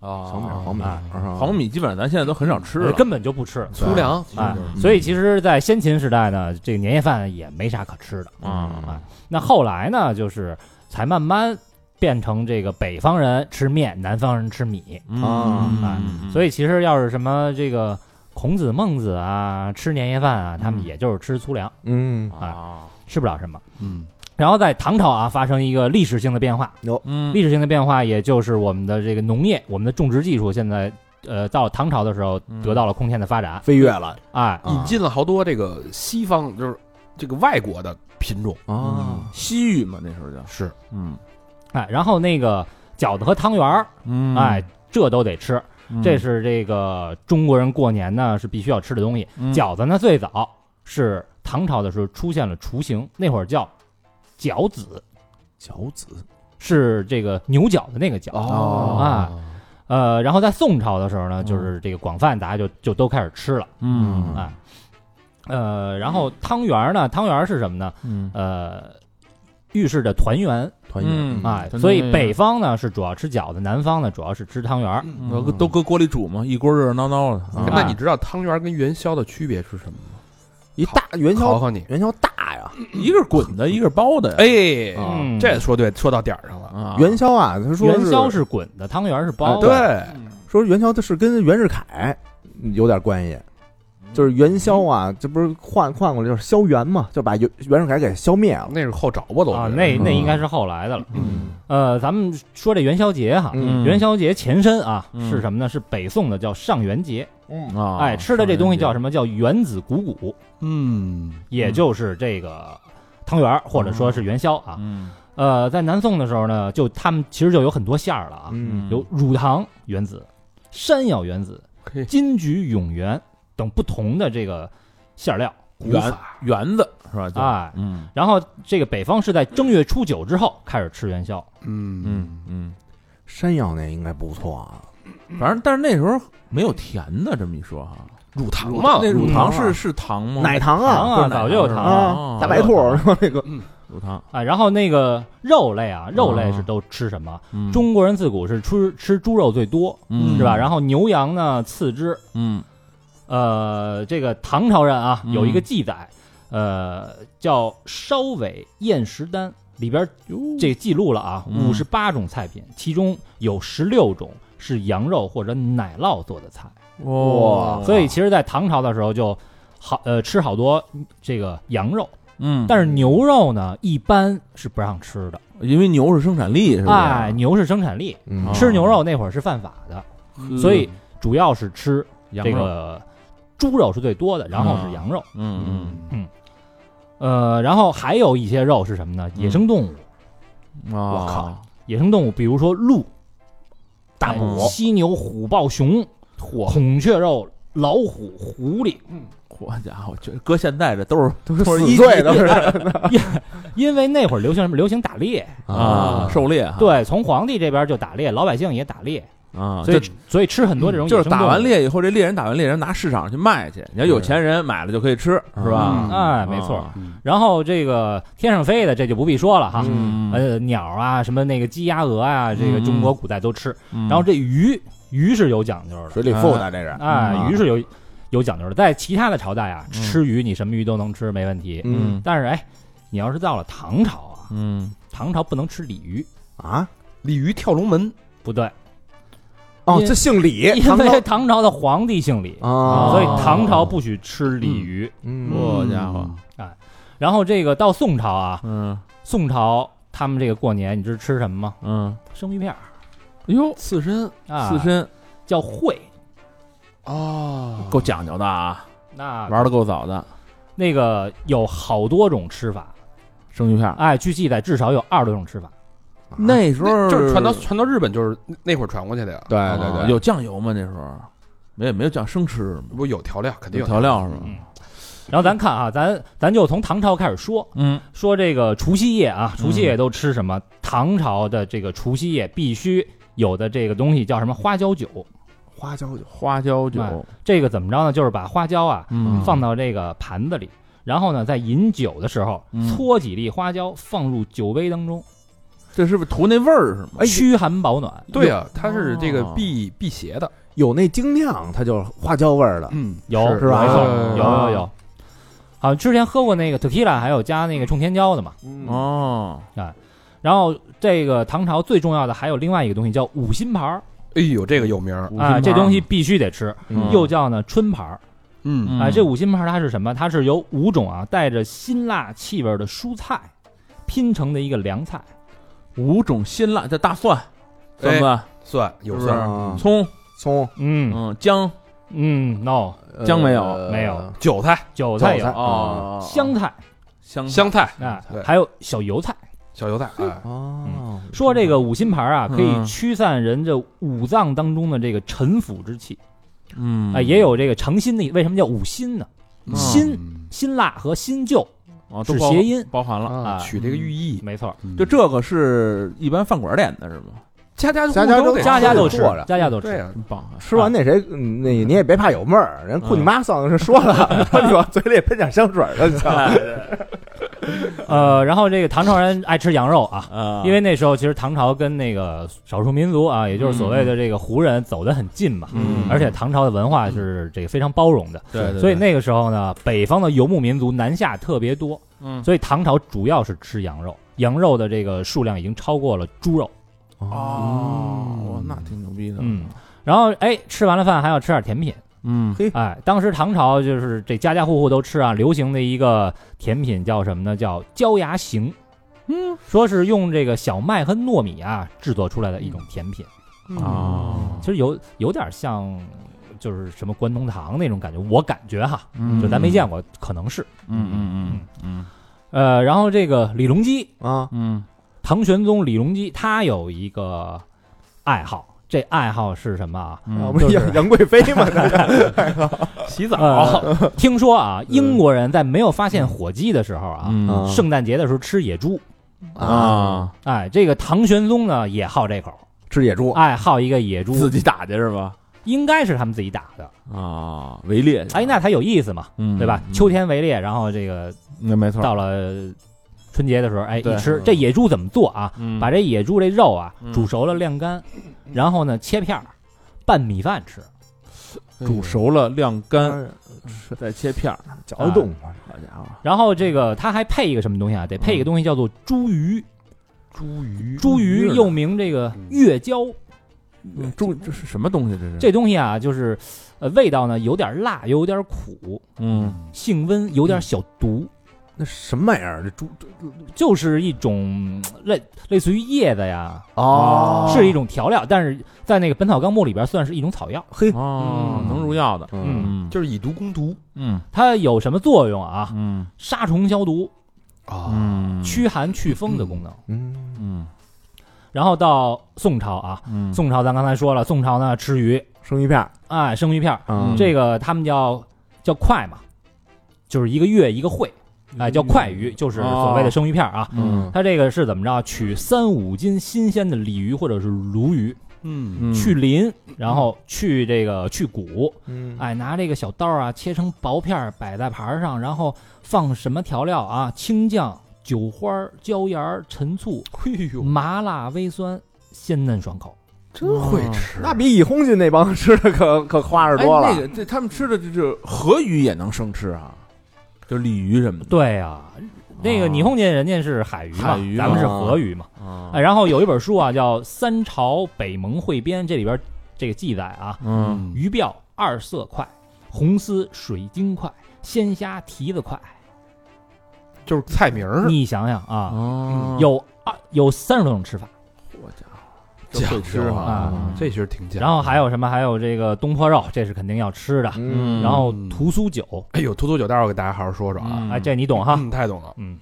啊小米儿黄米啊儿哎黄米基本上咱现在都很少吃了，呃嗯根本就不吃。粗粮，其实哎就是，所以其实，在先秦时代呢，这个年夜饭也没啥可吃的啊那后来呢，就是才慢慢变成这个北方人吃面，南方人吃米。嗯啊哎所以其实要是什么这个孔子、孟子啊，吃年夜饭啊，他们嗯也就是吃粗粮，嗯啊吃不了什么。嗯，然后在唐朝啊，发生一个历史性的变化，嗯历史性的变化也就是我们的这个农业，我们的种植技术现在。呃，到唐朝的时候嗯得到了空前的发展，飞跃了哎，啊引进了好多这个西方，就是这个外国的品种。嗯啊，嗯西域嘛那时候叫是，嗯哎，然后那个饺子和汤圆儿，嗯哎，这都得吃，这是这个中国人过年呢是必须要吃的东西。嗯饺子呢，最早是唐朝的时候出现了雏形，那会儿叫饺子，小子，是这个牛角的那个角、哦啊。呃，然后在宋朝的时候呢，就是这个广泛大家就就都开始吃了。嗯啊，呃，然后汤圆儿呢，汤圆儿是什么呢？嗯呃，预示着团圆团圆，啊，所以北方呢是主要吃饺子，南方呢主要是吃汤圆儿。嗯都搁锅里煮嘛，一锅热热闹闹的。嗯哎啊那你知道汤圆跟元宵的区别是什么吗？一大元考宵，考你，元宵大呀，一个是滚的，一个是包的呀。哎，啊嗯这说对，说到点儿上了。啊，元宵啊，他说元宵是是滚的，汤圆儿是包啊的。对，说元宵它是跟袁世凯有点关系，就是元宵啊，这不是换换过来就是萧元嘛，就把袁袁世凯给消灭哦了。那是后找吧，都啊，是那那嗯应该是后来的了。呃，咱们说这元宵节哈，嗯元宵节前身啊嗯是什么呢？是北宋的叫上元节。啊，哎，吃的这东西叫什么？叫元子谷谷，嗯，也就是这个汤圆儿或者说是元宵啊。嗯呃，在南宋的时候呢，就他们其实就有很多馅儿了啊，嗯有乳糖原子、山药原子嘿、金桔蛹原等不同的这个馅儿料。圆圆子是吧？就哎嗯然后这个北方是在正月初九之后开始吃元宵，嗯嗯嗯，山药那应该不错啊，反正但是那时候没有甜的，这么一说哈。乳糖嘛，嗯那乳乳糖糖是是糖吗？奶糖嗯糖啊，啊早就有糖啊，大白兔兔儿那个乳糖，啊，然后那个肉类啊，肉类是都吃什么？中国人自古是吃吃猪肉最多，嗯是吧？然后牛羊呢次之。嗯呃，这个唐朝人啊嗯有一个记载，呃，叫烧尾宴食单里边儿这个记录了啊嗯五十八种菜品，其中有十六种是羊肉或者奶酪做的菜。哇所以其实，在唐朝的时候就好呃吃好多这个羊肉，嗯，但是牛肉呢一般是不让吃的。因为牛是生产力，是吧哎，？牛是生产力，嗯哦吃牛肉那会儿是犯法的，嗯所以主要是吃羊这肉，个猪肉是最多的，然后哦是羊肉。嗯呃，然后还有一些肉是什么呢？野生动物，嗯，我靠，野生动物，比如说鹿、大哎母犀牛、虎豹熊、嚯孔雀肉、老虎、狐狸，好家伙，这搁现在这都是都是都是死一罪的，是因为那会儿流行什么？流行打猎，啊狩猎哈对，从皇帝这边就打猎，老百姓也打猎，啊，所以就所以吃很多这种野嗯就生是动物。打完猎以后，这猎人打完猎人拿市场去卖去，你要有钱人买了就可以吃，是吧？嗯哎，没错。然后这个天上飞的这就不必说了哈，嗯呃，鸟啊，什么那个鸡、鸭、鹅啊，这个嗯中国古代都吃。嗯，然后这鱼，鱼是有讲究的，水里浮的这是，哎，嗯鱼是有有讲究的。在其他的朝代啊，嗯吃鱼你什么鱼都能吃，没问题。嗯嗯但是哎，你要是到了唐朝啊，嗯唐朝不能吃鲤鱼，啊，鲤鱼跳龙门，不对，哦，因这姓李，哎因唐为朝唐朝的皇帝姓李，哦啊，所以唐朝不许吃鲤鱼。嗯好家伙，然后这个到宋朝啊，嗯宋朝他们这个过年，你知道吃什么吗？嗯，生鱼片儿哟，刺身啊，刺身叫烩。哦够讲究的啊，那玩的够早的，那个有好多种吃法，生鱼片儿。哎，据记载至少有二十多种吃法。那时候就是传到传到日本，就是那那会儿传过去的呀。对啊对对，有酱油吗？那时候没有没有酱生吃，不有调料，肯定有有调。料是吧？嗯然后咱看啊，咱咱就从唐朝开始说，嗯说这个除夕夜啊，除夕夜都吃什么？唐朝的这个除夕夜必须有的这个东西叫什么？花椒酒。花椒酒，嗯花椒哎酒，这个怎么着呢？就是把花椒啊嗯放到这个盘子里，然后呢，在饮酒的时候嗯搓几粒花椒放入酒杯当中，这是不是图那味儿是吗？驱寒保暖。对呀，它是这个哦辟辟邪的。有那精酿，它就是花椒味儿的，嗯，有是吧没错，嗯有哦有有。好像之前喝过那个 tequila，还有加那个冲天椒的嘛。嗯哦，然后这个唐朝最重要的还有另外一个东西叫五辛盘儿哎呦，这个有名儿。五星啊，盘这东西必须得吃，嗯又叫呢春盘儿嗯嗯啊。这五辛盘儿它是什么？它是由五种啊带着辛辣气味的蔬菜拼成的一个凉菜。五种辛辣，这大蒜、哎蒜吧？蒜有是不蒜，啊葱，葱嗯嗯，姜，嗯，no，呃姜没有没有韭菜、韭菜菜有，哦，香菜香香菜、哦啊对，还有小油菜。小油菜。哎，哦，说这个五辛盘儿啊，可以嗯驱散人这五脏当中的这个尘腐之气嗯哎啊，也有这个诚心的。为什么叫五辛呢？嗯辛辛辣和新旧啊，都是包谐音，包含了。啊取这个寓意，没错，就这个是一般饭馆点的是吗？家家户家家户都 得家吃家都都得吃做着，家家都对吃。呀，真棒啊！吃完那谁，嗯那你也别怕有味儿，人库你妈嗓子是说了，说你往嘴里喷点香水了，你知道吗？呃，然后这个唐朝人爱吃羊肉啊，啊，因为那时候其实唐朝跟那个少数民族啊，也就是所谓的这个胡人走得很近嘛，嗯而且唐朝的文化是这个非常包容的，对对对所以那个时候呢，北方的游牧民族南下特别多，嗯所以唐朝主要是吃羊肉，羊肉的这个数量已经超过了猪肉，哦，哇那挺牛逼的，嗯，然后哎，吃完了饭还要吃点甜品，嗯哎，当时唐朝就是这家家户户都吃啊，流行的一个甜品叫什么呢？叫椒芽形，嗯，说是用这个小麦和糯米啊制作出来的一种甜品，啊，其实有有点像就是什么关东糖那种感觉，我感觉哈，嗯就咱没见过，可能是。嗯嗯嗯呃，然后这个李隆基，啊，嗯唐玄宗李隆基，他有一个爱好，这爱好是什么啊？嗯啊嗯不是就是杨杨贵妃吗？洗澡呃，听 说啊，英国人在没有发现火鸡的时候啊，嗯圣诞节的时候吃野猪。啊，哎，这个唐玄宗呢也好这口，吃野猪，爱好一个野哦自猪，己打去是吧？应该是他们自己打的。啊，围猎去，哎，那才有意思嘛，嗯对吧？秋天围猎，然后这个那没错，到了春节的时候，哎，对一吃这野猪怎么做啊？嗯把这野猪这肉啊嗯煮熟了晾干，然后呢切片儿，拌米饭吃。煮熟了晾啊干，是再切片儿，嚼得嗯动吗？好家伙，然后这个它还配一个什么东西啊？得嗯配一个东西叫做茱萸，茱萸，茱萸又名这个月椒。嗯嗯猪这是什么东西？这是这东西啊，就是呃味道呢有点辣，又有点苦，嗯性温有点小毒，那什么玩意儿？这猪就是一种嗯类类似于叶子呀，哦是嗯一种调料，但是在那个《本草纲目》里边算是一种草药。嘿，哦，能入药的，嗯嗯就是以毒攻毒嗯它有什么作用啊？嗯杀虫消毒、啊，嗯驱寒祛风的功能。嗯，嗯然后到宋朝啊，嗯宋朝咱刚才说了，宋朝呢吃鱼，生鱼片儿哎，生鱼片儿，啊嗯，这个他们叫叫快嘛，就是一个月一个会，哎，叫快鱼，就是所谓的生鱼片儿啊。嗯它这个是怎么着？取三五斤新鲜的鲤鱼或者是鲈鱼，嗯，嗯去鳞，然后去这个去骨，嗯哎，拿这个小刀啊切成薄片儿，摆在盘儿上，然后放什么调料啊？青酱、酒花儿、椒盐儿、陈醋、哎呦，麻辣微酸，鲜嫩爽口。真哦会嗯吃，那比以红军那帮吃的可可花着多了。哎那个这他们吃的就是河鱼也能生吃啊，就鲤鱼什么的。对呀、那个倪虹见人家是海鱼嘛，啊海鱼咱们是啊河鱼嘛。啊哎，然后有一本书啊，叫《三朝北盟会编》，这里边这个记载啊，嗯鱼鳔二色块，红丝水晶块，鲜虾蹄子块。就是菜名儿，你想想啊，哦有二有三十多种吃法，我家伙，讲这会吃究哈啊这是挺讲。然后还有什么？还有这个东坡肉，这是肯定要吃的。嗯，然后嗯屠苏酒，哎呦，兔兔酒，待会儿我给大家好好说说啊，嗯哎，这你懂哈？嗯，太懂了，嗯，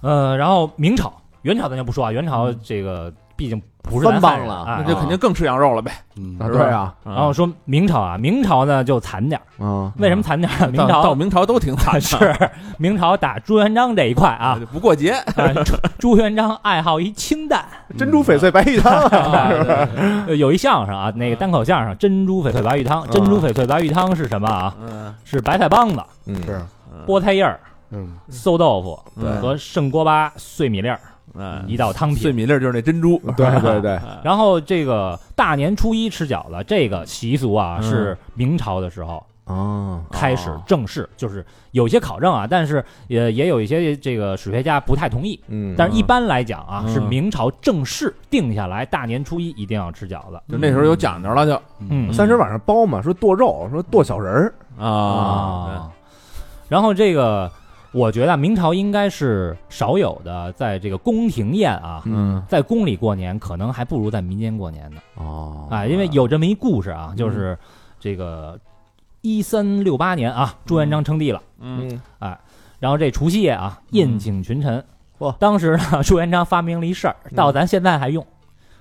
呃，然后明朝、元朝咱就不说啊，元嗯朝这个毕竟不是咱三帮汉人了啊那。就肯定更吃羊肉了呗。嗯啊，对啊，然然后说明朝啊，明朝呢就惨点儿，啊，为什么惨 点儿啊？明嗯到到朝明朝都挺惨的 是明朝打朱元璋这一块啊， 不过节啊朱朱元璋爱好一 清淡，珍珠翡翠白玉汤 啊呃 有一相声啊，那个单口相声《珍珠翡翠白玉汤》，珍珠翟翠白玉汤是什么啊？ 嗯是白菜帮子、嗯是，菠菜叶儿、嗯，馊豆腐对和剩锅巴碎米粒儿嗯一道汤碎品。米粒儿就是那珍珠，哎对对对，然后这个大年初一吃饺子这个习俗啊，嗯是明朝的时候啊，开 始哦正式，就是有些考证啊，但是也也有一些这个史学家不太同意，嗯，但是一般来讲啊，嗯是明朝正式定下来，大年初一一定要吃饺子。就那时候有讲究了就嗯三十晚上包嘛，说剁肉，说剁小人儿，啊，啊，然后这个我觉得啊明朝应该是少有的，在这个宫廷宴啊，嗯在宫里过年可能还不如在民间过年呢。哦啊，因为有这么一故事嗯啊，就是这个一三六八年啊，朱元璋称帝了。嗯嗯然后这除夕夜啊，宴请群臣。嚯嗯当时呢，朱元璋发明了一事儿，到咱现在还用。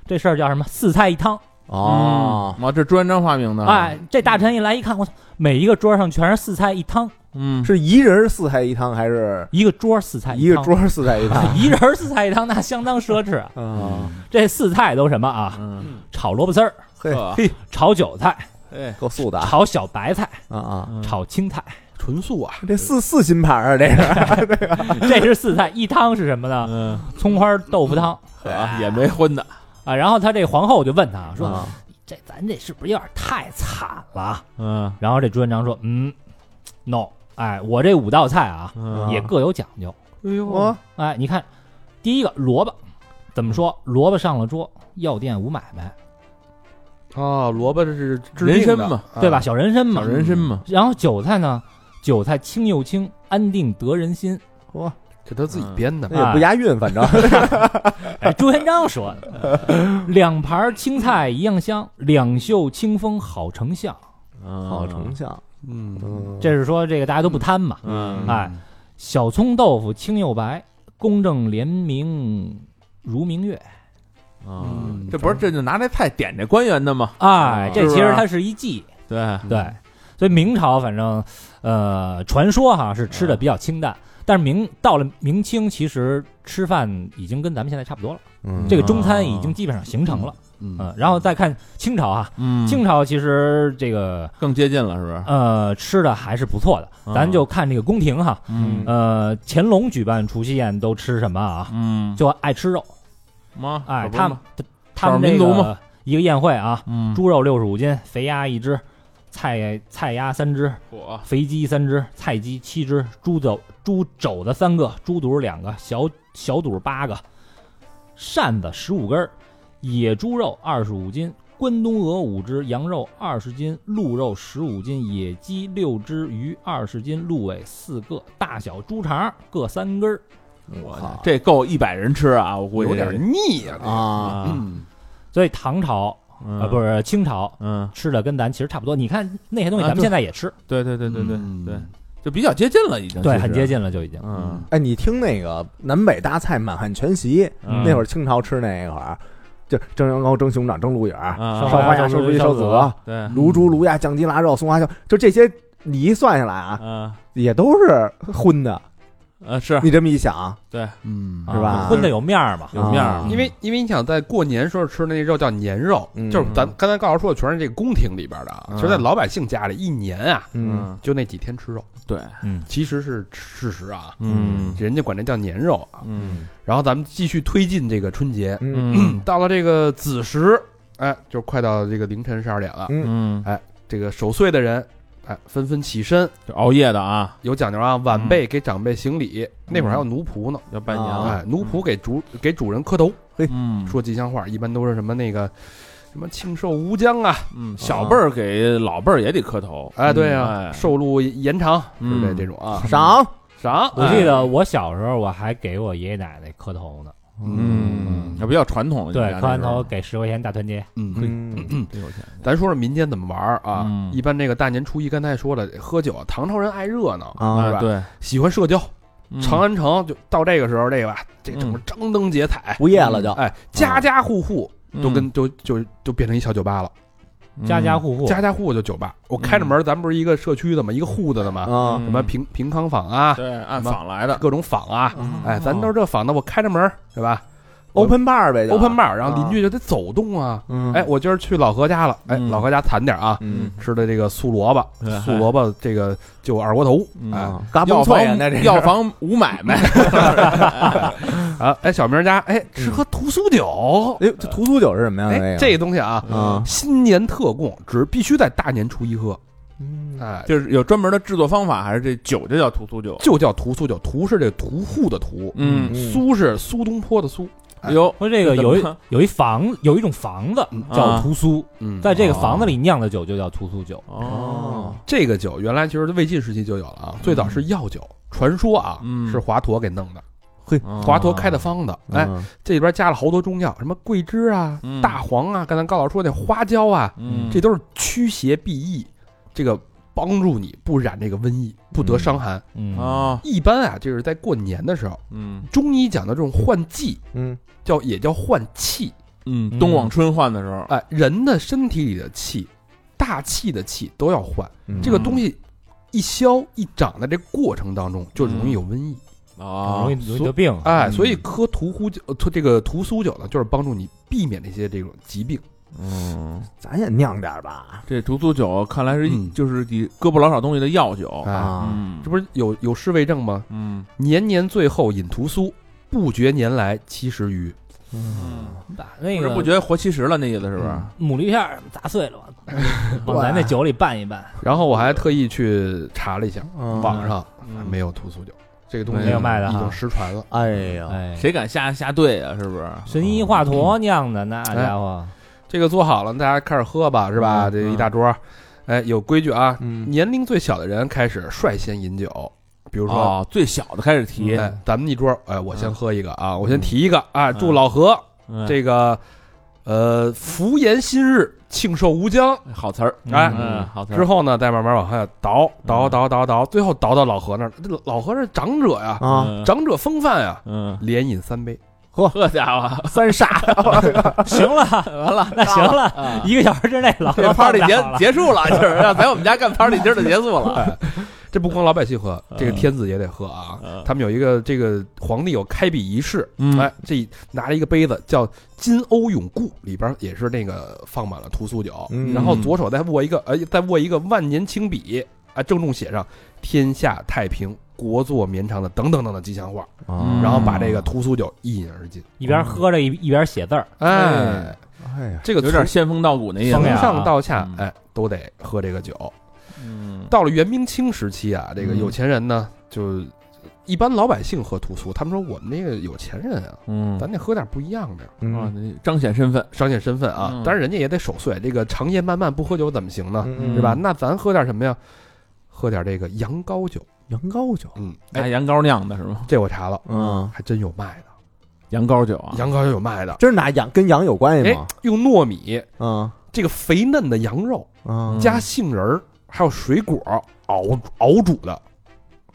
这事儿叫什么？四菜一汤。哦，嗯哇，这朱元璋发啊明的，哎，，这大臣一来一看，我操，每一个桌上全是四菜一汤，嗯，是一人四菜一汤还是一个桌四菜一个汤桌四菜一汤？ 啊一人儿四菜一汤，那相当奢侈啊。啊，这四菜都什么啊？嗯，炒萝卜丝儿，嘿，呵炒韭菜，哎，够素的啊炒小白菜，啊啊！嗯炒青菜，纯素啊，这四四星盘啊，这是 这是四菜一汤是什么呢？嗯，葱花豆腐汤呵也没荤的，啊。然后他这皇后就问他说：“啊这咱这是不是有点太惨了嗯？”然后这朱元璋说：“嗯，no，哎，我这五道菜啊嗯也各有讲究。哎呦哦，哎，你看，第一个萝卜怎么说？嗯萝卜上了桌，药店无买卖，哦，萝卜这是治人病的参嘛，啊对吧？？小人参嘛小，人参嘛，然后韭菜呢，韭菜清又清，安定得人心。这他自己编的，那也不押韵，反正哎，朱元璋说的， 两盘青菜一样香，两袖清风好丞相。 好嗯好丞相，嗯，嗯，这是说这个大家都不贪嘛。嗯哎，小葱豆腐清又白，公正廉明如明月。嗯，这不是这就拿这菜点这官员的吗？哎，这是不其是实它是一计，对，对。所以明朝反正，呃，传说哈是吃的比较清淡，但是明到了明清，其实吃饭已经跟咱们现在差不多了。嗯这个中餐已经基本上形成了，嗯嗯，然后再看清朝啊，嗯，啊清朝其实这个更接近了，是不是？呃吃的还是不错的，嗯咱就看这个宫廷哈，嗯呃，乾隆举办除夕宴都吃什么啊？嗯，就爱吃肉，妈，哎，可不他们嘛，他少数们民这族嘛个一个宴会啊，嗯，猪肉六十五斤，肥鸭一只，菜菜鸭三只，火，肥鸡三只，菜鸡七只，猪肘猪肘子三个，猪肚两个，小小肚八个，扇子十五根儿，野猪肉二十五斤，关东鹅五只，羊肉二十斤，鹿肉十五斤，野鸡六只，鱼二十斤，鹿尾四个，大小猪肠各三根儿。我靠这够一百人吃啊，我估计有点腻呀，啊，啊嗯，所以唐朝啊、啊不是，是清朝嗯，吃的跟咱其实差不多。你看那些东西，啊咱们对现在也吃，对对对对对嗯对，就比较接近了，已经对，很接近，近了就已经。嗯，哎，你听那个南北大菜满汉全席，嗯那会儿清朝吃那会儿，就蒸羊羔、蒸熊掌、蒸鹿眼儿、啊烧花花鸭鸭、烧烧雏鸡、鸡烧烧子子鹅鹅、对，卤猪、卤鸭、酱鸡、腊肉、松花椒，就这些，你一算下来啊，啊也都是荤的。呃是你这么一想，嗯啊是吧荤的有面儿嘛，有面儿啊，因为因为你想在过年时候吃那肉叫年肉，嗯就是咱刚才高老师说的全是这个宫廷里边的啊，嗯其实在老百姓家里一年啊嗯，就那几天吃肉，对，嗯，其实是事实啊，嗯人家管这叫年肉啊。嗯然后咱们继续推进这个春节，嗯嗯到了这个子时，哎，就快到这个凌晨十二点了，嗯嗯，这个守岁的人，哎，纷纷起身，就熬夜的啊，有讲究啊，晚辈给长辈行礼，那会儿还有奴仆呢。要拜年啊了，哎，奴仆给主给主人磕头，嗯说吉祥话，一般都是什么那个什么庆寿无疆啊，嗯，小辈儿给老辈儿也得磕头，哎，对嗯啊，哎寿禄延长，对不对？嗯这种啊，赏赏，我记得我小时候我还给我爷爷奶奶磕头呢，嗯，那比较传统了，对你，们磕家完那时候头，给十块钱大团结，嗯，嘿嗯哎呦我天咱说说民间怎么玩儿啊？嗯一般这个大年初一，刚才说了，喝酒，唐朝人爱热闹，啊是吧啊，对，喜欢社交。嗯长安城就到这个时候，这个吧，这整个嗯张灯结彩，不夜了就哎，家家户户嗯都跟就就就变成一小酒吧了，家家户户家家户户就酒吧。我开着嗯门，咱们不是一个社区的嘛，一个户子的嘛，啊，什么平平平康坊啊，嗯对按坊来的，各种坊啊，哎，咱都是这坊的，我开着门是吧 open bar 啊呗就？open bar，然后邻居就得走动啊。嗯哎，我今儿去老何家了，哎，嗯老何家惨点啊，嗯吃的这个素萝卜，对素萝卜这个就二锅头，嗯哎哦啊，嘎嘣药脆呀房那这是药房无买卖， 啊，哎，小明家哎吃喝屠苏酒，哎呦，这屠苏酒是什么呀？哎，这这东西啊，个嗯啊，新年特供，只必须在大年初一喝，哎，就是有专门的制作方法，还是这酒就叫屠苏酒？就叫屠苏酒，屠是这个屠户的屠，嗯，嗯苏是苏东坡的苏，哎有说这个有怎一么啊有一房有一种房子嗯叫屠苏，嗯，在这个房子里酿的酒就叫屠苏酒。哦，这个酒原来其实魏晋时期就有了啊，最早是药酒，传说啊嗯是华佗给弄的，哦华佗开的方子，哎，嗯这里边加了好多中药，什么桂枝啊嗯、大黄啊，刚才高老师说那花椒啊，嗯这都是驱邪避疫，这个帮助你不染这个瘟疫，不得伤寒。嗯，哦，一般啊，就是在过年的时候，嗯中医讲的这种换季嗯叫也叫换气，嗯嗯东往春换的时候，哎，人的身体里的气，大气的气都要换，嗯这个东西一消一长的这过程当中，就容易有瘟疫。啊容易容易得病。哎，嗯所以喝屠呼酒，呃涂这个屠苏酒呢，就是帮助你避免这些这种疾病。嗯，咱也酿点儿吧。这竹苏酒看来是一嗯就是你胳膊老少东西的药酒哎，啊嗯这不是有有世卫症吗？嗯年年最后饮屠苏，不觉年来七十余。嗯，把不那知个不觉活七十了，那意思是不是？牡蛎片儿砸 碎了，往往咱那酒里拌一拌，然后我还特意去查了一下，网上嗯没有屠苏酒，这个东西没有卖的已哈经失传啊了。哎呀，哎，谁敢下下队啊？是不是？神医华嗯佗酿的，哎那家伙，这个做好了，大家开始喝吧，是吧？嗯这一大桌，哎，有规矩啊，嗯，年龄最小的人开始率先饮酒，比如说。哦，最小的开始提，哎，咱们一桌，哎，我先嗯喝一个啊，我先提一个啊，祝老何嗯这个呃福延新日，庆寿无疆。好词儿，哎嗯，好词儿之。后呢，再慢慢往下倒倒嗯倒倒倒，最后倒到老何那儿。这老何是长者呀，啊，嗯长者风范呀，嗯，连饮三杯。这家伙，三傻，行了，完了，那行了，一个小时之内老啊这哥 party 放结倒了结束了， 就是要在我们家干 party，今儿就结束了。 这不光老百姓喝，这个嗯天子也得喝啊嗯。他们有一个这个皇帝有开笔仪式，嗯哎，这拿了一个杯子叫金瓯永固，里边也是那个放满了屠苏酒，嗯然后左手再握一个，呃，再握一个万年青笔，啊，郑重写上“天下太平，国祚绵长”的等等等等吉祥话，嗯然后把这个屠苏酒一饮而尽。一边喝着一一边写字儿，哎，哎呀，这个有点仙风道骨那意从风思呀。上到下嗯，哎，都得喝这个酒。嗯到了元明清时期啊，这个嗯有钱人呢，就一般老百姓喝屠苏，他们说我们这个有钱人啊，嗯，咱得喝点不一样的呀，啊嗯，那彰显身份，彰显身份啊嗯。当然人家也得守岁，这个长夜漫漫不喝酒怎么行呢？嗯是吧？？那咱喝点什么呀？喝点这个羊羔酒。羊羔酒，嗯，拿哎，羊羔酿的是吗？这我查了，嗯，还真有卖的，羊羔酒啊，羊羔酒有卖的。这是拿羊跟羊有关系哎吗？，用糯米嗯这个肥嫩的羊肉嗯加杏仁儿，还有水果熬熬煮的，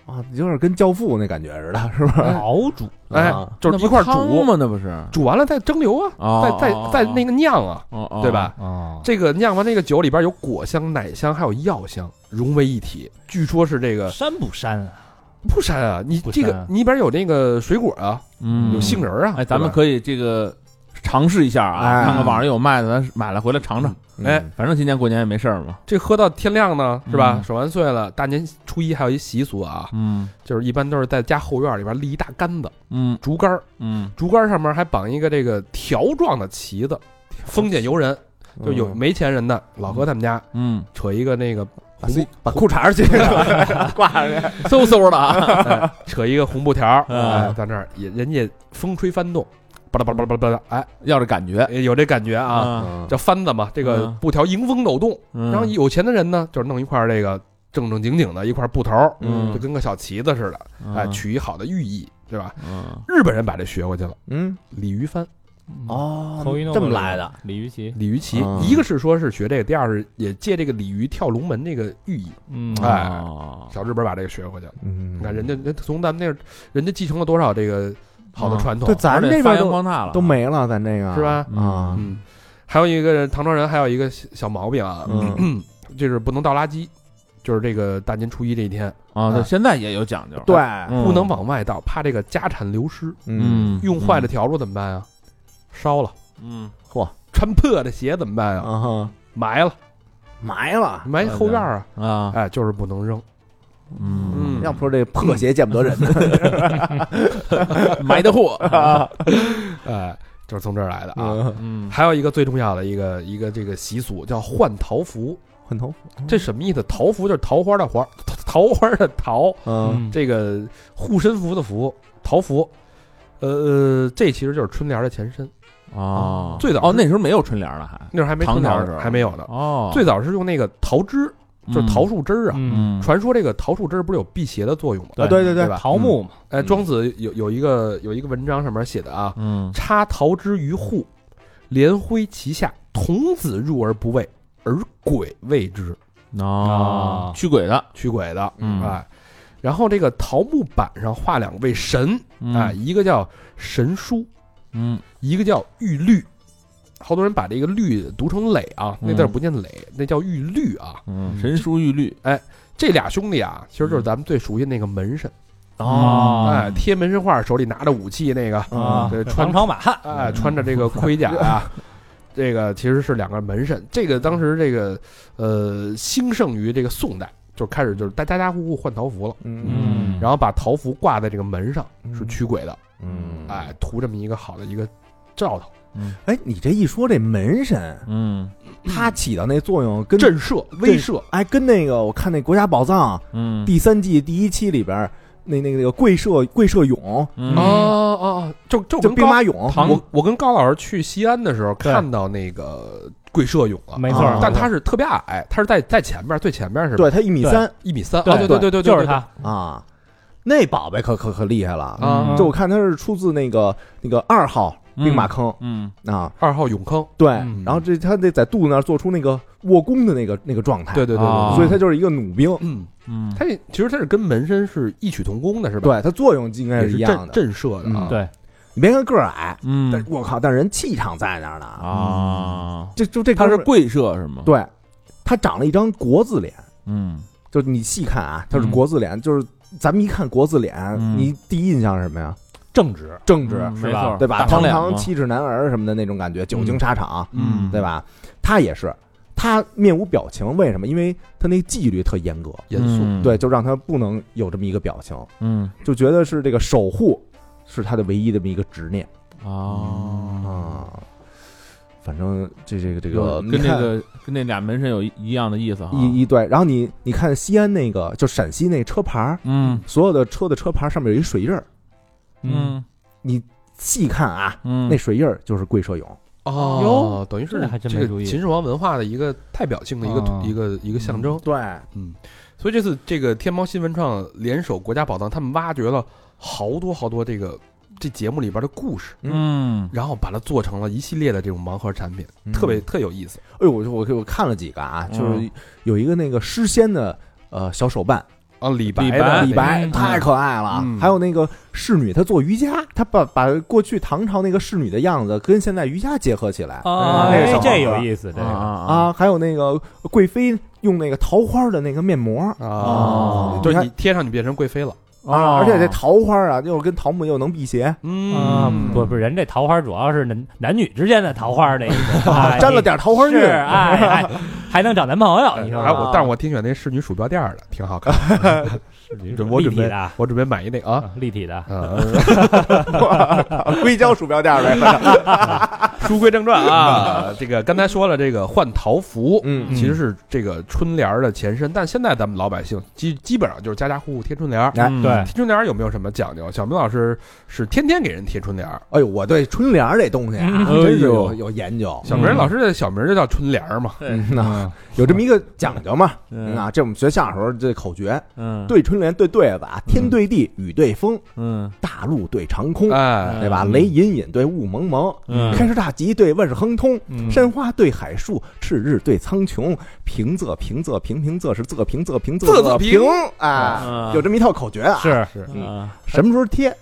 啊，有点跟教父那感觉 似的，是不是？熬煮，哎啊，就是一块儿那不煮，汤吗？那不是？煮完了再蒸馏啊，再哦，再再那个，个酿啊，哦哦对吧？？哦，这个酿完那个酒里边有果香、奶香，还有药香融为一体。据说是这个膻不膻啊？不膻啊，你不这膻啊个你里边有那个水果啊，嗯，有杏仁儿啊。哎，咱们对吧可以这个尝试一下啊，哎看看网上有卖的，咱买了回来尝尝。哎嗯，反正今年过年也没事儿嘛。这喝到天亮呢，是吧？嗯守完岁了，大年初一还有一习俗啊，嗯就是一般都是在家后院里边立一大杆子，嗯竹竿儿，嗯，竹竿儿上面还绑一个这个条状的旗子。封建游人嗯就有没钱人的老何他们家嗯，扯一个那个把自己把裤衩儿解挂上去， 嗖嗖的啊，哎，扯一个红布条儿，嗯哎，在那儿也人家风吹翻动，巴拉巴拉巴拉巴拉，哎，要这感觉也有这感觉啊，啊。嗯叫翻子嘛，这个嗯布条迎风抖动。嗯然然后有钱的人呢，就是弄一块儿这个正正经经的一块布头儿，嗯就跟个小旗子似的，嗯哎，取一好的寓意，对吧？嗯日本人把这学过去了，嗯，鲤鱼翻、哦头一弄这么来的，，鲤鱼旗，鲤鱼旗，嗯一个是说是学这个，第二是也借这个鲤鱼跳龙门这个寓意。嗯哎哦小日本把这个学过去了，嗯你看人家人从咱们那儿，人家继承了多少这个好的嗯传统对，咱这发边扬都光大了，都没了，咱这个是吧？啊，嗯，还有一个人唐朝人还有一个小小毛病啊，嗯就是不能倒垃圾，就是这个大年初一这一天啊。对，哎现在也有讲究，对，嗯不能往外倒，怕这个家产流失。嗯嗯，用坏的条路怎么办呀？烧了。嗯，穿破的鞋怎么办呀？啊哈，埋了，埋了，埋后院啊！嗯啊，哎，就是不能扔。嗯，要不说这破鞋见不得人呢，埋的货，哎，就是从这儿来的啊。嗯嗯还有一个最重要的一个一个这个习俗叫换桃符，换头，嗯这什么意思？桃符就是桃花的花， 桃桃花的桃，嗯嗯这个护身符的符，桃符。呃呃，这其实就是春联的前身，哦，最早哦那时候没有春联了还那时候还没唐春联朝的时呢，候还没有呢。哦，最早是用那个桃枝，就是桃树枝儿啊。嗯，嗯，传说这个桃树枝儿不是有辟邪的作用吗？啊对对对对，吧？桃木嘛，哎，庄子有有一个有一个文章上面写的啊，嗯插桃之于户，连辉其下，童子入而不畏，而鬼畏之，哦啊，驱鬼的，驱鬼的。嗯哎，然后这个桃木板上画两位神，哎，嗯一个叫神书，嗯一个叫玉律。好多人把这个绿读成磊啊，那字儿不念磊，那叫玉律啊。嗯，神书玉律这俩兄弟啊，其实嗯就是咱们最熟悉那个门神，哦哎，贴门神画，手里拿着武器那个，嗯啊对，穿唐朝马汉，哎，穿着这个盔甲啊，这个其实是两个门神。这个当时这个呃兴盛于这个宋代，就开始就是大家家户户换桃符了，嗯然后把桃符挂在这个门上嗯是驱鬼的，嗯，哎，图这么一个好的一个兆头，哎，你这一说这门神，嗯它起到那作用跟震慑威慑。哎跟那个我看那国家宝藏嗯第三季第一期里边儿那那个那个贵社贵社俑，嗯哦哦哦，就就就跟兵高马俑，唐我我跟高老师去西安的时候对看到那个贵社俑了，没错啊，但他是特别矮，他是在在前面最前面是吧？对，它一米对三一米三。对啊对对对对，就对是他，啊，那宝贝可可可厉害了。啊嗯就我看它是出自那个那个二号兵马坑嗯啊，二号俑坑。对嗯，然后这他得在肚子那儿做出那个卧弓的那个那个状态，对对对啊对，所以他就是一个弩兵，嗯，嗯他这其实他是跟门神是异曲同工的，是吧？对他作用应该也是是一样震的。震慑的啊嗯。对你别看个儿矮，嗯但我靠，但人气场在那儿呢。啊，这就这哥他们是儿贵社是吗？，对，他长了一张国字脸，嗯就是你细看啊，他是嗯国字脸，就是咱们一看国字脸，嗯你第一印象是什么呀？正直，正直，嗯是没吧错对吧？大方堂脸堂嘛七尺男儿什么的那种感觉，久经沙场，嗯对吧？他也是，他面无表情，为什么？因为他那纪律特严格，严肃，嗯对，就让他不能有这么一个表情，嗯就觉得是这个守护是他的唯一的这么一个执念嗯啊。啊。反正这这个这这哦个跟你那看个跟那俩门神有一一样的意思哈，一一对，然后你你看西安那个就陕西那车牌儿，嗯所有的车的车牌上面有一水印儿，嗯细看啊，嗯，那水印儿就是贵社俑，哦，等于是这还真这没个注意秦始皇文化的一个代表性的一个啊一个一个象嗯征。对，所以这次这个天猫新文创联手国家宝藏，他们挖掘了好多好多这个这节目里边的故事，嗯然后把它做成了一系列的这种盲盒产品，特别特有意思。哎呦，我我我看了几个啊，嗯就是有一个那个诗仙的呃小手办，啊，李白李白的李白嗯太可爱了嗯，还有那个侍女，她做瑜伽，她把把过去唐朝那个侍女的样子跟现在瑜伽结合起来啊，那个小盲哎盒这有意思，这啊个啊啊，还有那个贵妃用那个桃花的那个面膜啊哦，就是你你贴上你变成贵妃了。啊，而且这桃花啊，又跟桃木又能辟邪，啊，不嗯，不，人这桃花主要是男男女之间的桃花那意思，哎沾了点桃花是，韵，哎，哎还能找男朋友，你说哎，我吧但是我挺喜欢那侍女鼠标垫儿的，挺好看的。我立准体备的啊，我准备买一那个啊，立体的，啊，啊硅胶鼠标垫儿呗，书归正传啊，这个刚才说了，这个换桃符，嗯其实是这个春联儿的前身，但现在咱们老百姓基基本上就是家家户户贴春联儿。哎嗯对贴春联儿有没有什么讲究？小明老师是天天给人贴春联儿， 哎呦，我对春联儿这东西啊，嗯真是哎有呦有研究，小明老师的小名儿就叫春联儿嘛。嗯呐，有这么一个讲究嘛，嗯嗯啊，这我们学相声时候这口诀，嗯对春联，对对子啊，天对地，雨对风，嗯大陆对长空，哎，对吧？雷隐隐对雾蒙蒙，嗯开市大吉对万事亨通，嗯山花对海树，赤日对苍穹，平仄平仄平平仄是仄平仄平仄仄仄仄平啊，有这么一套口诀啊，是是啊，什么时候贴，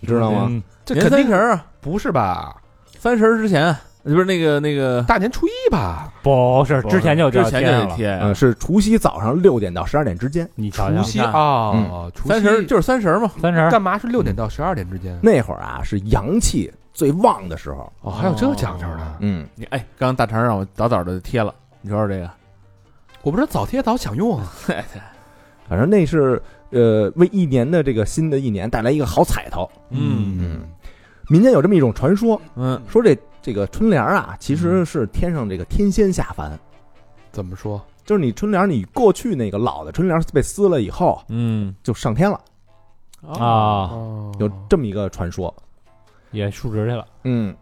你知道吗？嗯这年肯三定十啊，不是吧？三十之前啊不是那个那个大年初一吧？不是之前就之叫前就天得了，贴，啊嗯，是除夕早上六点到十二点之间，你瞧除瞧，夕看啊，除夕三十就是三十嘛，三十干嘛是六点到十二点之间？那会儿啊是阳气最旺的时候，哦，还有这讲究呢。嗯，你哎，刚刚大肠让我早早的贴了，你瞅瞅这个，我不是早贴早享用啊。反正那是呃为一年的这个新的一年带来一个好彩头，嗯嗯，民间有这么一种传说，嗯说这这个春联儿啊，其实是天上这个天仙下凡，怎么说？就是你春联儿，你过去那个老的春联儿被撕了以后，嗯就上天了，啊，哦有这么一个传说。也述职去了，嗯，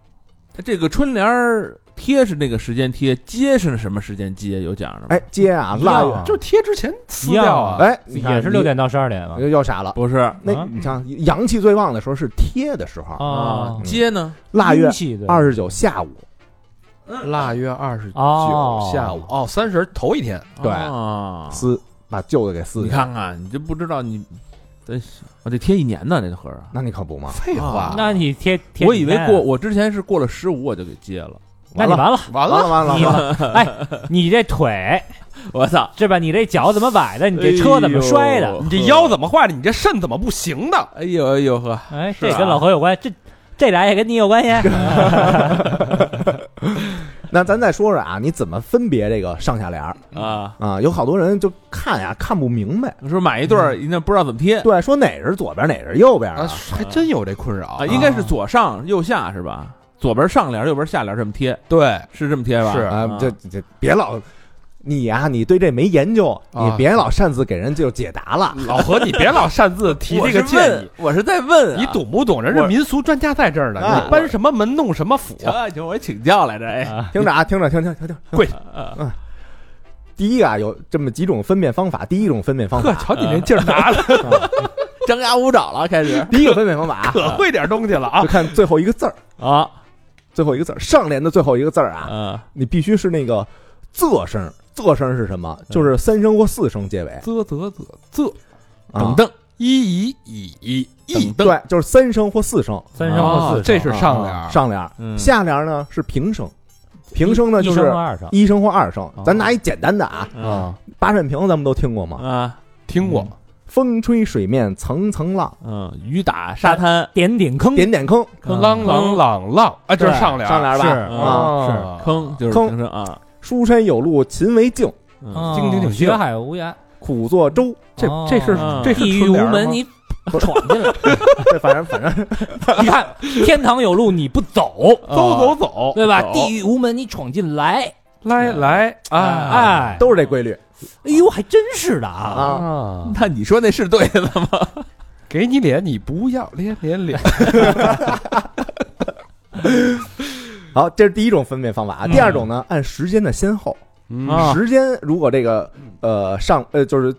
这个春联儿贴是那个时间贴，接是什么时间接？有讲究吗？哎，，接啊，腊月，就贴之前撕一样掉啊。哎，你看也是六点到十二点嘛你，又傻哎了。不是那啊你像阳气最旺的时候是贴的时候，啊，哦接呢？腊月阴气的二十九下午， 腊月二十哦九下午哦，三十头一天，哦对啊，撕把旧的给撕你掉。看看，你就不知道你，这我得贴一年呢，这个盒儿啊。那你可不嘛？废话话啊，那你贴贴我几以为天啊过，我之前是过了十五我就给接了，那你完了，完完了了，完了你完了，了哎，你这腿我操！是吧？你这脚怎么崴的？你这车怎么摔的？你这腰怎么坏的？你这肾怎么不行的？哎呦哎呦呵，哎，这跟老何有关，这这俩也跟你有关系。啊那咱再说说啊，你怎么分别这个上下联儿啊，啊？有好多人就看呀看不明白，说买一对儿，嗯人家不知道怎么贴对，说哪是左边，哪是右边啊啊？，还真有这困扰啊，。应该是左上右下是吧？左边上联，右边下联这么贴，对，是这么贴吧？是啊，这这别老你呀、你对这没研究，啊你别老擅自给人就解答了。老何，你别老擅自提这个建议。我是在问你懂不懂？人家我民俗专家在这儿呢，啊你搬什么门弄什么斧？啊？行，我请教来着，哎，啊听着啊，听着，听听听听。第一个啊，有这么几种分辨方法。第一种分辨方呵，法，瞧你那劲儿拿的，张牙舞爪了，开始第一个分辨方法 啊，可会点东西了啊就！看最后一个字儿，啊最后一个字儿，上联的最后一个字儿啊，啊，你必须是那个仄声。仄声是什么？就是三声或四声结尾。啧啧啧啧，啊等，等，一以以以以对，就是三声或四声。三啊声或四哦这声，是上联啊儿，上联儿，嗯下联儿呢是平声，平声呢一就一声是和二声。一声或二声哦。咱拿一简单的啊，啊八扇屏咱们都听过吗？啊听过风吹水面层层浪，嗯，雨打沙滩，点顶坑，点点坑，嗯啷啷啷啷，哎，这是对上联儿，上联儿吧？是嗯啊，啊坑就是坑平声啊，书山有路勤为径，嗯哦经经经学海无涯，苦作 舟。这哦这是啊这是地狱春无联儿吗门，你闯进来。这反正反正你看，天堂有路你不走，走走走，对吧？走地狱无门你闯进来，来来啊哎，都是这规律哎呦，还真是的啊！啊。啊！那你说那是对的吗？给你脸你不要脸脸脸，好，这是第一种分辨方嗯法啊。第二种呢，按时间的先后，嗯啊时间如果这个呃上呃就是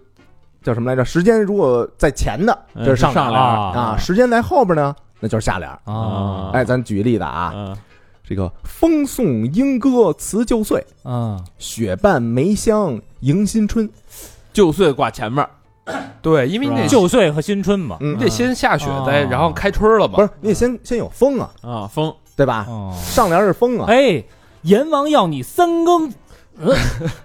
叫什么来着？时间如果在前的，嗯这是上上联联儿儿啊；时间在后边呢，那就是下联儿。啊嗯哎，咱举个例子啊，啊，这个风送莺歌辞旧岁，嗯，雪伴梅香迎新春。旧岁挂前面儿，对，因为你得旧岁和新春嘛，嗯你，得先下雪啊再，然后开春了嘛。不是，你得先先有风啊，啊，风对吧？哦上联是风啊，哎，阎王要你三更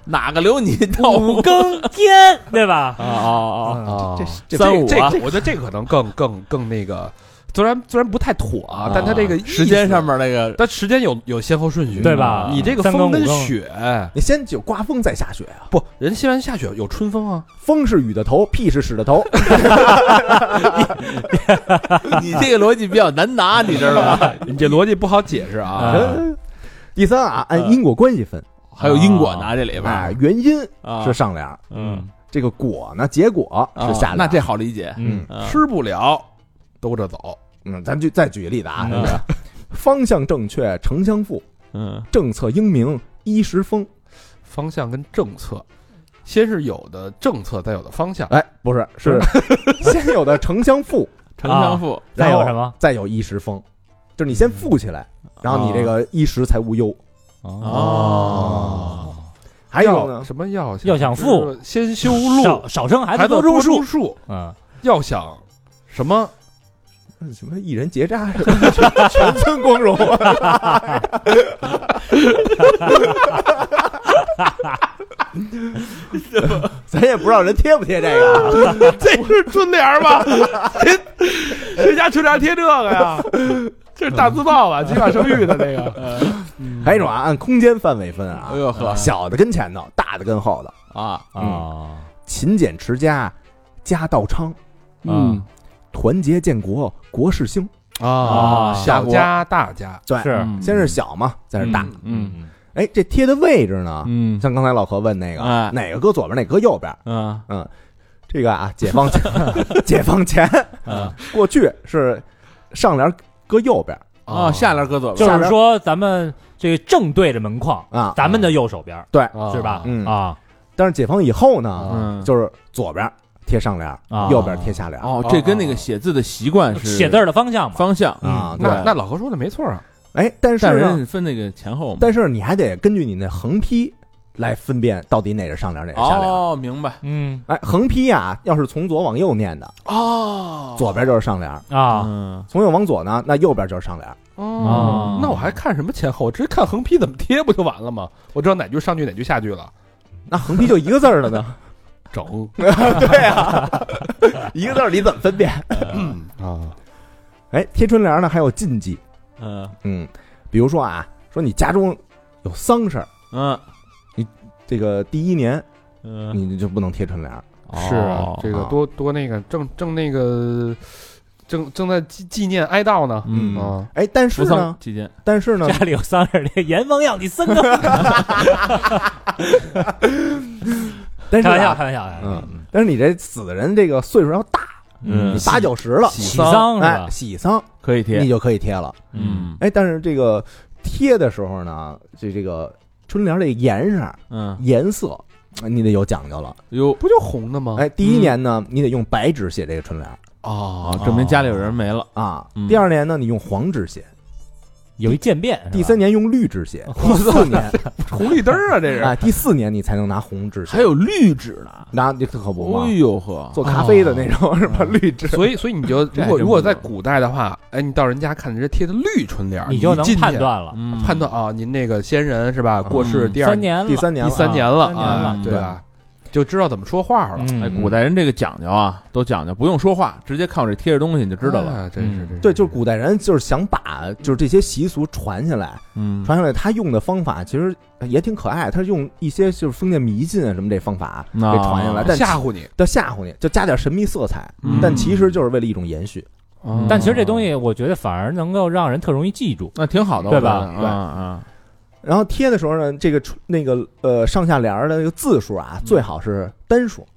哪个留你到五更天，对吧？啊啊啊，这三这五这啊我觉得这个可能更更更那个，虽然虽然不太妥啊啊，，但它这个时间上面，面那个但时间有有先后顺序，对啊吧嗯你这个三更风跟五更雪你先有刮风再下雪啊。不，人西安下雪有春风啊，风是雨的头，屁是屎的头。 你这个逻辑比较难拿，你知道吧？ 你这逻辑不好解释啊。第三啊，按因果关系分，还有因果拿这里边哎儿，原因啊，是上联儿，嗯这个果呢，结果啊是下联儿。那这好理解，嗯啊吃不了，兜着走。嗯，咱就再举个例子啊，这嗯个方向正确城乡富， 嗯政策英明衣食丰。方向跟政策，先是有的政策，再有的方向。哎，不是，是 先有的城乡富，城乡富，再然有后什么？再有衣食丰，就是你先富起来，然啊后你这个衣食才无忧。哦，还有要呢，哎什么要要想富，先修路，少少生孩孩子子多种种树。树。嗯，要想什么，什么一人结扎， 全全村光荣。 咱也不知道人贴不贴这个啊， 这是春联儿 吗？谁谁家春联儿贴这个呀？这是大字报吧？计划生育的那个。还有一种啊，按空间范围分啊哎，呦呵小的跟前头，大的跟后头。啊，啊，勤俭持家，家道昌，嗯团结建国，国势兴。啊小家大家，对，是嗯先是小嘛，再是大。嗯哎，这贴的位置呢？嗯像刚才老何问那个，哎哪个搁左边，哪个搁右边？啊嗯，这个啊，解放前，解放前，啊过去是上联搁右边啊，下联搁左边就下是边说咱们这个正对着门框，啊，咱们的右手边儿对，啊是吧？嗯啊但是解放以后呢，嗯就是左边贴上联，啊右边贴下联哦，这跟那个写字的嗯习惯是写字儿的方向嘛。方向啊。对，那那老何说的没错啊。哎，但但是是呢，人分那个前后嘛，但是你还得根据你那横批来分辨到底哪是上联，哪是下联。哦，明白嗯哎，横批啊，要是从左往右念的，哦，左边就是上联；啊嗯，从右往左呢，那右边就是上联。哦那我还看什么前后？我直接看横批怎么贴不就完了吗？我知道哪句上句哪句下句了。那横批就一个字儿了呢？整 对啊，一个字儿你怎么分辨？啊，哎，贴春联呢还有禁忌，嗯嗯，比如说啊，说你家中有丧事儿，嗯这个第一年嗯，你就不能贴春联儿。是啊哦这个啊多多那个正正那个正正在纪纪念哀悼呢。嗯啊，哎，但是扶呢丧，期间，但是呢，嗯家里有丧事儿，这阎王要你三个。但是开玩笑，啊开玩笑。开玩笑嗯，但是你这死的人这个岁数要大，嗯你八九十了，喜丧是哎吧，？喜丧可以你贴，就可以贴了。嗯哎，但是这个贴的时候呢，这这个春联儿这颜色嗯，颜色，你得有讲究了。哟不就红的吗？哎，第一年呢，你得用白纸写这个春联儿啊啊，，证明家里有人没了，啊嗯；第二年呢，你用黄纸写；有一渐变。是吧哦第三，年用绿纸写；第四年红绿灯啊，这是啊，第四年你才能拿红纸写。还有绿纸呢，拿这可不啊哦嘛哎，呦哦 呵，做咖啡的那种是吧？绿纸。 所以，所以你就这如还果真如果不在能古代的话，哎，你到人家看人家贴的绿春联儿，你你就一能进去判断了。嗯判断啊，您那个先人是吧？过世嗯第二三、年了，第三年第了，三年三了年啊了，对吧？就知道怎么说话了，嗯哎，古代人这个讲究啊，都讲究不用说话，直接看我这贴着东西你就知道哎了。啊，真是嗯真是对，就是古代人就是想把就是这些习俗传下来，嗯传下来他用的方法其实也挺可爱，他用一些就是封建迷信啊什么这方法给啊传下来，但嗯吓唬你，要吓唬你，就加点神秘色彩，嗯但其实就是为了一种延续。嗯但其实这东西，我觉得反而能够让人特容易记住。那挺好的，对吧我觉得对啊然后贴的时候呢，这个出那个呃上下联儿的那个字数啊，最好是单数，啊，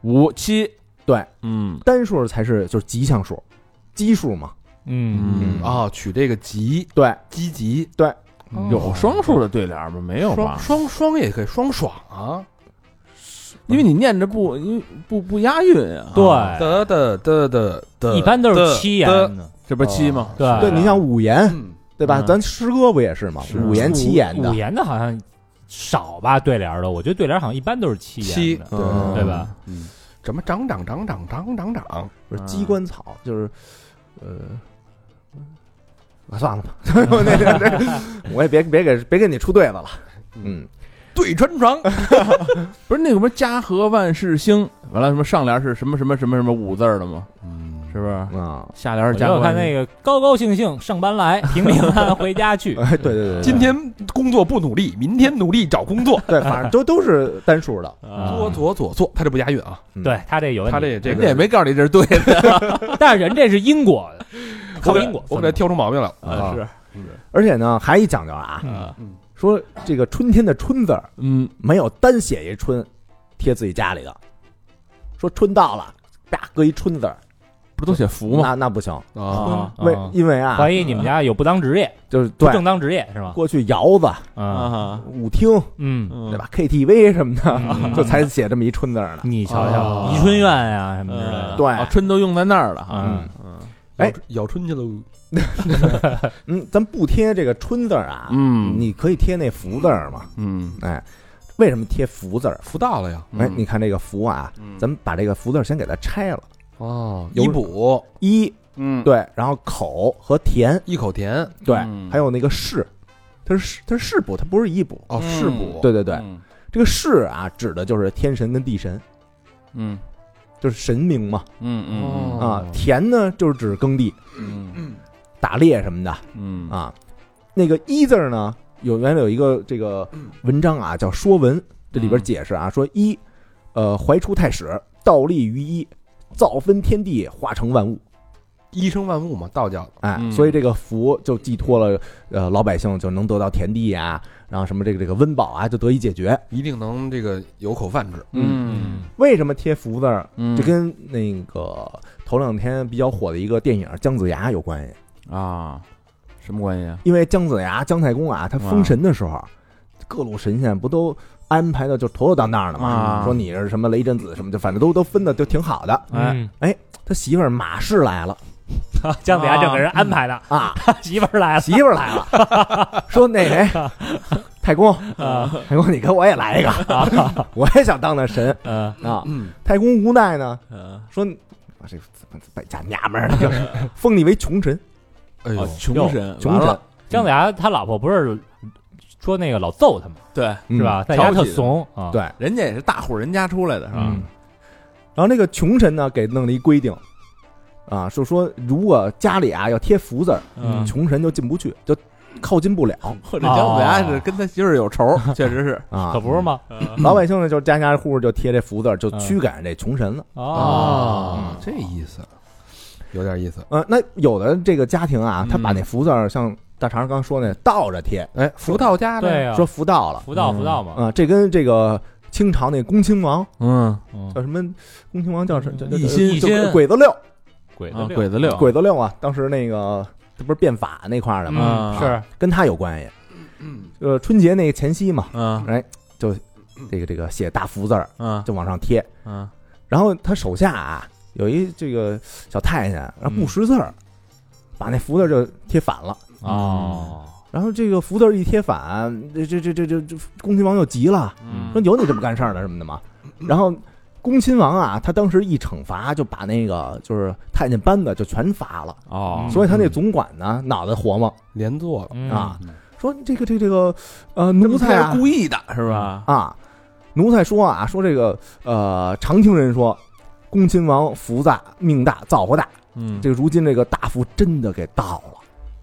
五七，对，嗯单数才是就是吉祥数，奇数嘛。嗯，嗯啊，取这个吉对，积极，有双数的对联吗？没有双吧？双双也可以双爽啊，因为你念着不，因为不不押韵啊。，对，得得得得得，嗯一般都得是七言得的，这不是七吗？对哎对你像五言，嗯对吧？嗯咱诗歌不也是吗？是五言七言的五，言的好像少吧？对联儿的，我觉得对联儿好像一般都是七七言的，嗯对吧？嗯，什么长长长长长长长，不是嗯鸡冠草，就是，呃，啊算了 吧，那那那， 我也别别给别给你出对子了，嗯，对穿床，不是那个什么“家和万事兴”，完了什么上联是什么什么什么什么五字儿的吗？嗯是不是？啊，下联我是“家就和看万事那个高高兴兴上班来，平平安安回家去。哎，对对对，今天工作不努力，明天努力找工作，对，反正都都是单数的，左啊左左左，他这不押韵啊，嗯 对他这有问他题，这这兴”，个人家也没告诉你这是对的但是人这是因 果的，我靠给因果，我给他挑出毛病来了，啊是而且呢，还一讲究啊，嗯说这个春天的“春”字儿嗯，没有单写一“春”，贴自己家里的，说春到了，啪搁一“春”字儿，不是都写福吗？那那不行，啊，啊为因为啊怀，疑你们家有不当职业，就是不对正当职业是吧？过去窑子、啊，啊，舞厅嗯，对对？吧，KTV 什么的，嗯 就才写这么一“春”字儿呢。你瞧啊瞧，宜春院呀什么之类嗯的，对哦春都用在那儿了哈。嗯嗯咬哎咬春去喽，嗯，咱不贴这个“春”字儿啊，嗯你可以贴那“福”字儿嘛。嗯哎，为什么贴“福”字儿？福到了呀，哎，嗯你看这个“福”啊，咱们把这个“福”字儿先给它拆了，哦，有一补，一嗯，对，然后口和田一口甜，对嗯，还有那个是，它是它是是补，它不是一补。哦，嗯是补，对对对，嗯这个是啊，指的就是天神跟地神，嗯就是神明嘛。嗯嗯哦啊，田呢就是指耕地、嗯打猎什么的嗯啊。那个一字儿呢，有原来有一个这个文章啊，叫《说文》，这嗯里边解释啊，说一，呃，怀出太始，道立于一，造分天地，化成万物。一生万物嘛，道教的，哎，嗯所以这个福就寄托了，呃，老百姓就能得到田地啊，然后什么这个这个温饱啊，就得以解决。一定能这个有口饭吃，嗯为什么贴福字儿？嗯就跟那个头两天比较火的一个电影《姜子牙》有关系。啊，什么关系啊？因为姜子牙、姜太公啊，他封神的时候，各路神仙不都安排的就妥妥当当的嘛？啊说你是什么雷震子什么，就反正都都分的就挺好的。哎嗯，他媳妇儿马氏来了啊姜 子牙这个人安排的，啊，哦媳妇儿来了，媳妇儿来了，说那谁，哎太公，啊太公，你给我也来一个， 我也想当那神嗯啊！太公无奈呢，嗯，说啊这败家娘们儿，就是封你为穷神，哎哦呦，穷神，穷完神了，姜子牙他老婆不是说那个老揍他吗？对，嗯是？吧？在挑家起特的怂啊，对人家也是大户人家出来的，是吧？嗯然后那个穷神呢，给弄了一规定，啊，就说如果家里啊要贴福字儿，嗯穷神就进不去，就靠近不了或者姜子牙是跟他媳妇儿有仇，确实是。啊，可不是？嗯吗？老百姓呢，就家家户户就贴这福字儿，就驱赶这穷神了。哦，嗯这意思有点意思。呃，那有的这个家庭啊，他把嗯那福字儿像大肠刚说那倒着贴，哎，福到家对啊的，呀，说福到了福到嗯福到嘛，啊，这跟这个清朝那恭亲王嗯，嗯叫什么？恭亲王叫什么？一心就一心鬼子六，鬼啊子六鬼子六，鬼子六啊，当时那个这不是变法那块儿的吗？啊嗯是跟他有关系。呃，春节那前夕嘛，嗯哎，就这个这个写大福字儿嗯就往上贴，嗯，然后他手下啊有一这个小太监，然后不识字儿，把那福字儿就贴反了。哦，然后这个福字儿一贴反，这这这这这这恭亲王就急了，嗯说有你这么干事儿的什么的吗？然后恭亲王啊，他当时一惩罚就把那个就是太监班子就全罚了，哦，所以他那总管呢脑袋活嘛连坐了，嗯啊，说这个这个这个呃奴才啊是故意的，是吧？啊，奴才说啊说这个呃常听人说。恭亲王福大命大造化大，嗯这个如今这个大福真的给到了，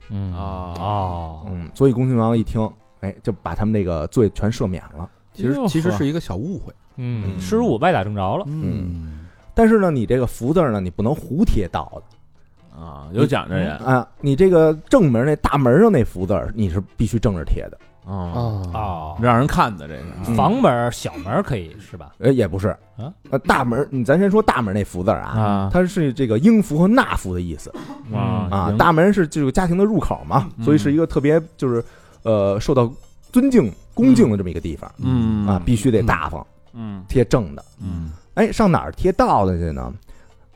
嗯哦哦，嗯，所以恭亲王一听，哎，就把他们那个罪全赦免了。其实哟呵其实是一个小误会。嗯，嗯失误歪打正着了，嗯嗯，但是呢，你这个福字儿呢，你不能胡贴到的啊，有讲究人啊！你这个正门那大门上那福字儿，你是必须正着贴的。啊，啊，哦，让人看的这个嗯房门儿小门儿可以是吧？呃，也不是啊，呃，大门，你咱先说大门那福字儿啊，啊它是这个应福和纳福的意思啊。大门是这个家庭的入口嘛，嗯所以是一个特别就是呃受到尊敬恭敬的这么一个地方嗯啊，必须得大方嗯贴正的。嗯哎，上哪儿贴倒的去呢？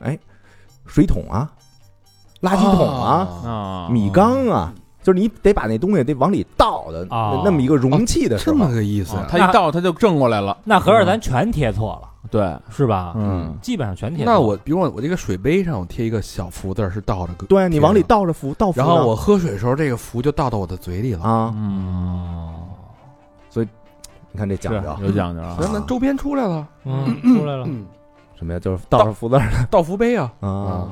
哎，水桶啊，垃圾桶啊。啊，米缸啊，就是你得把那东西得往里倒的啊哦那么一个容器的时这候么，个意思哦。他一到他就正过来了，那合着咱全贴错了对，是吧？嗯基本上全贴错了。那我比如我我这个水杯上我贴一个小福字儿是倒着搁，对啊你往里倒着福倒福然呢，后我喝水的时候这个福就倒到我的嘴里哦了。啊，嗯，你看这讲是究有讲究啊， 那那周边出来了，嗯出来了，嗯，什么呀？就是倒着福字儿倒福杯啊。啊，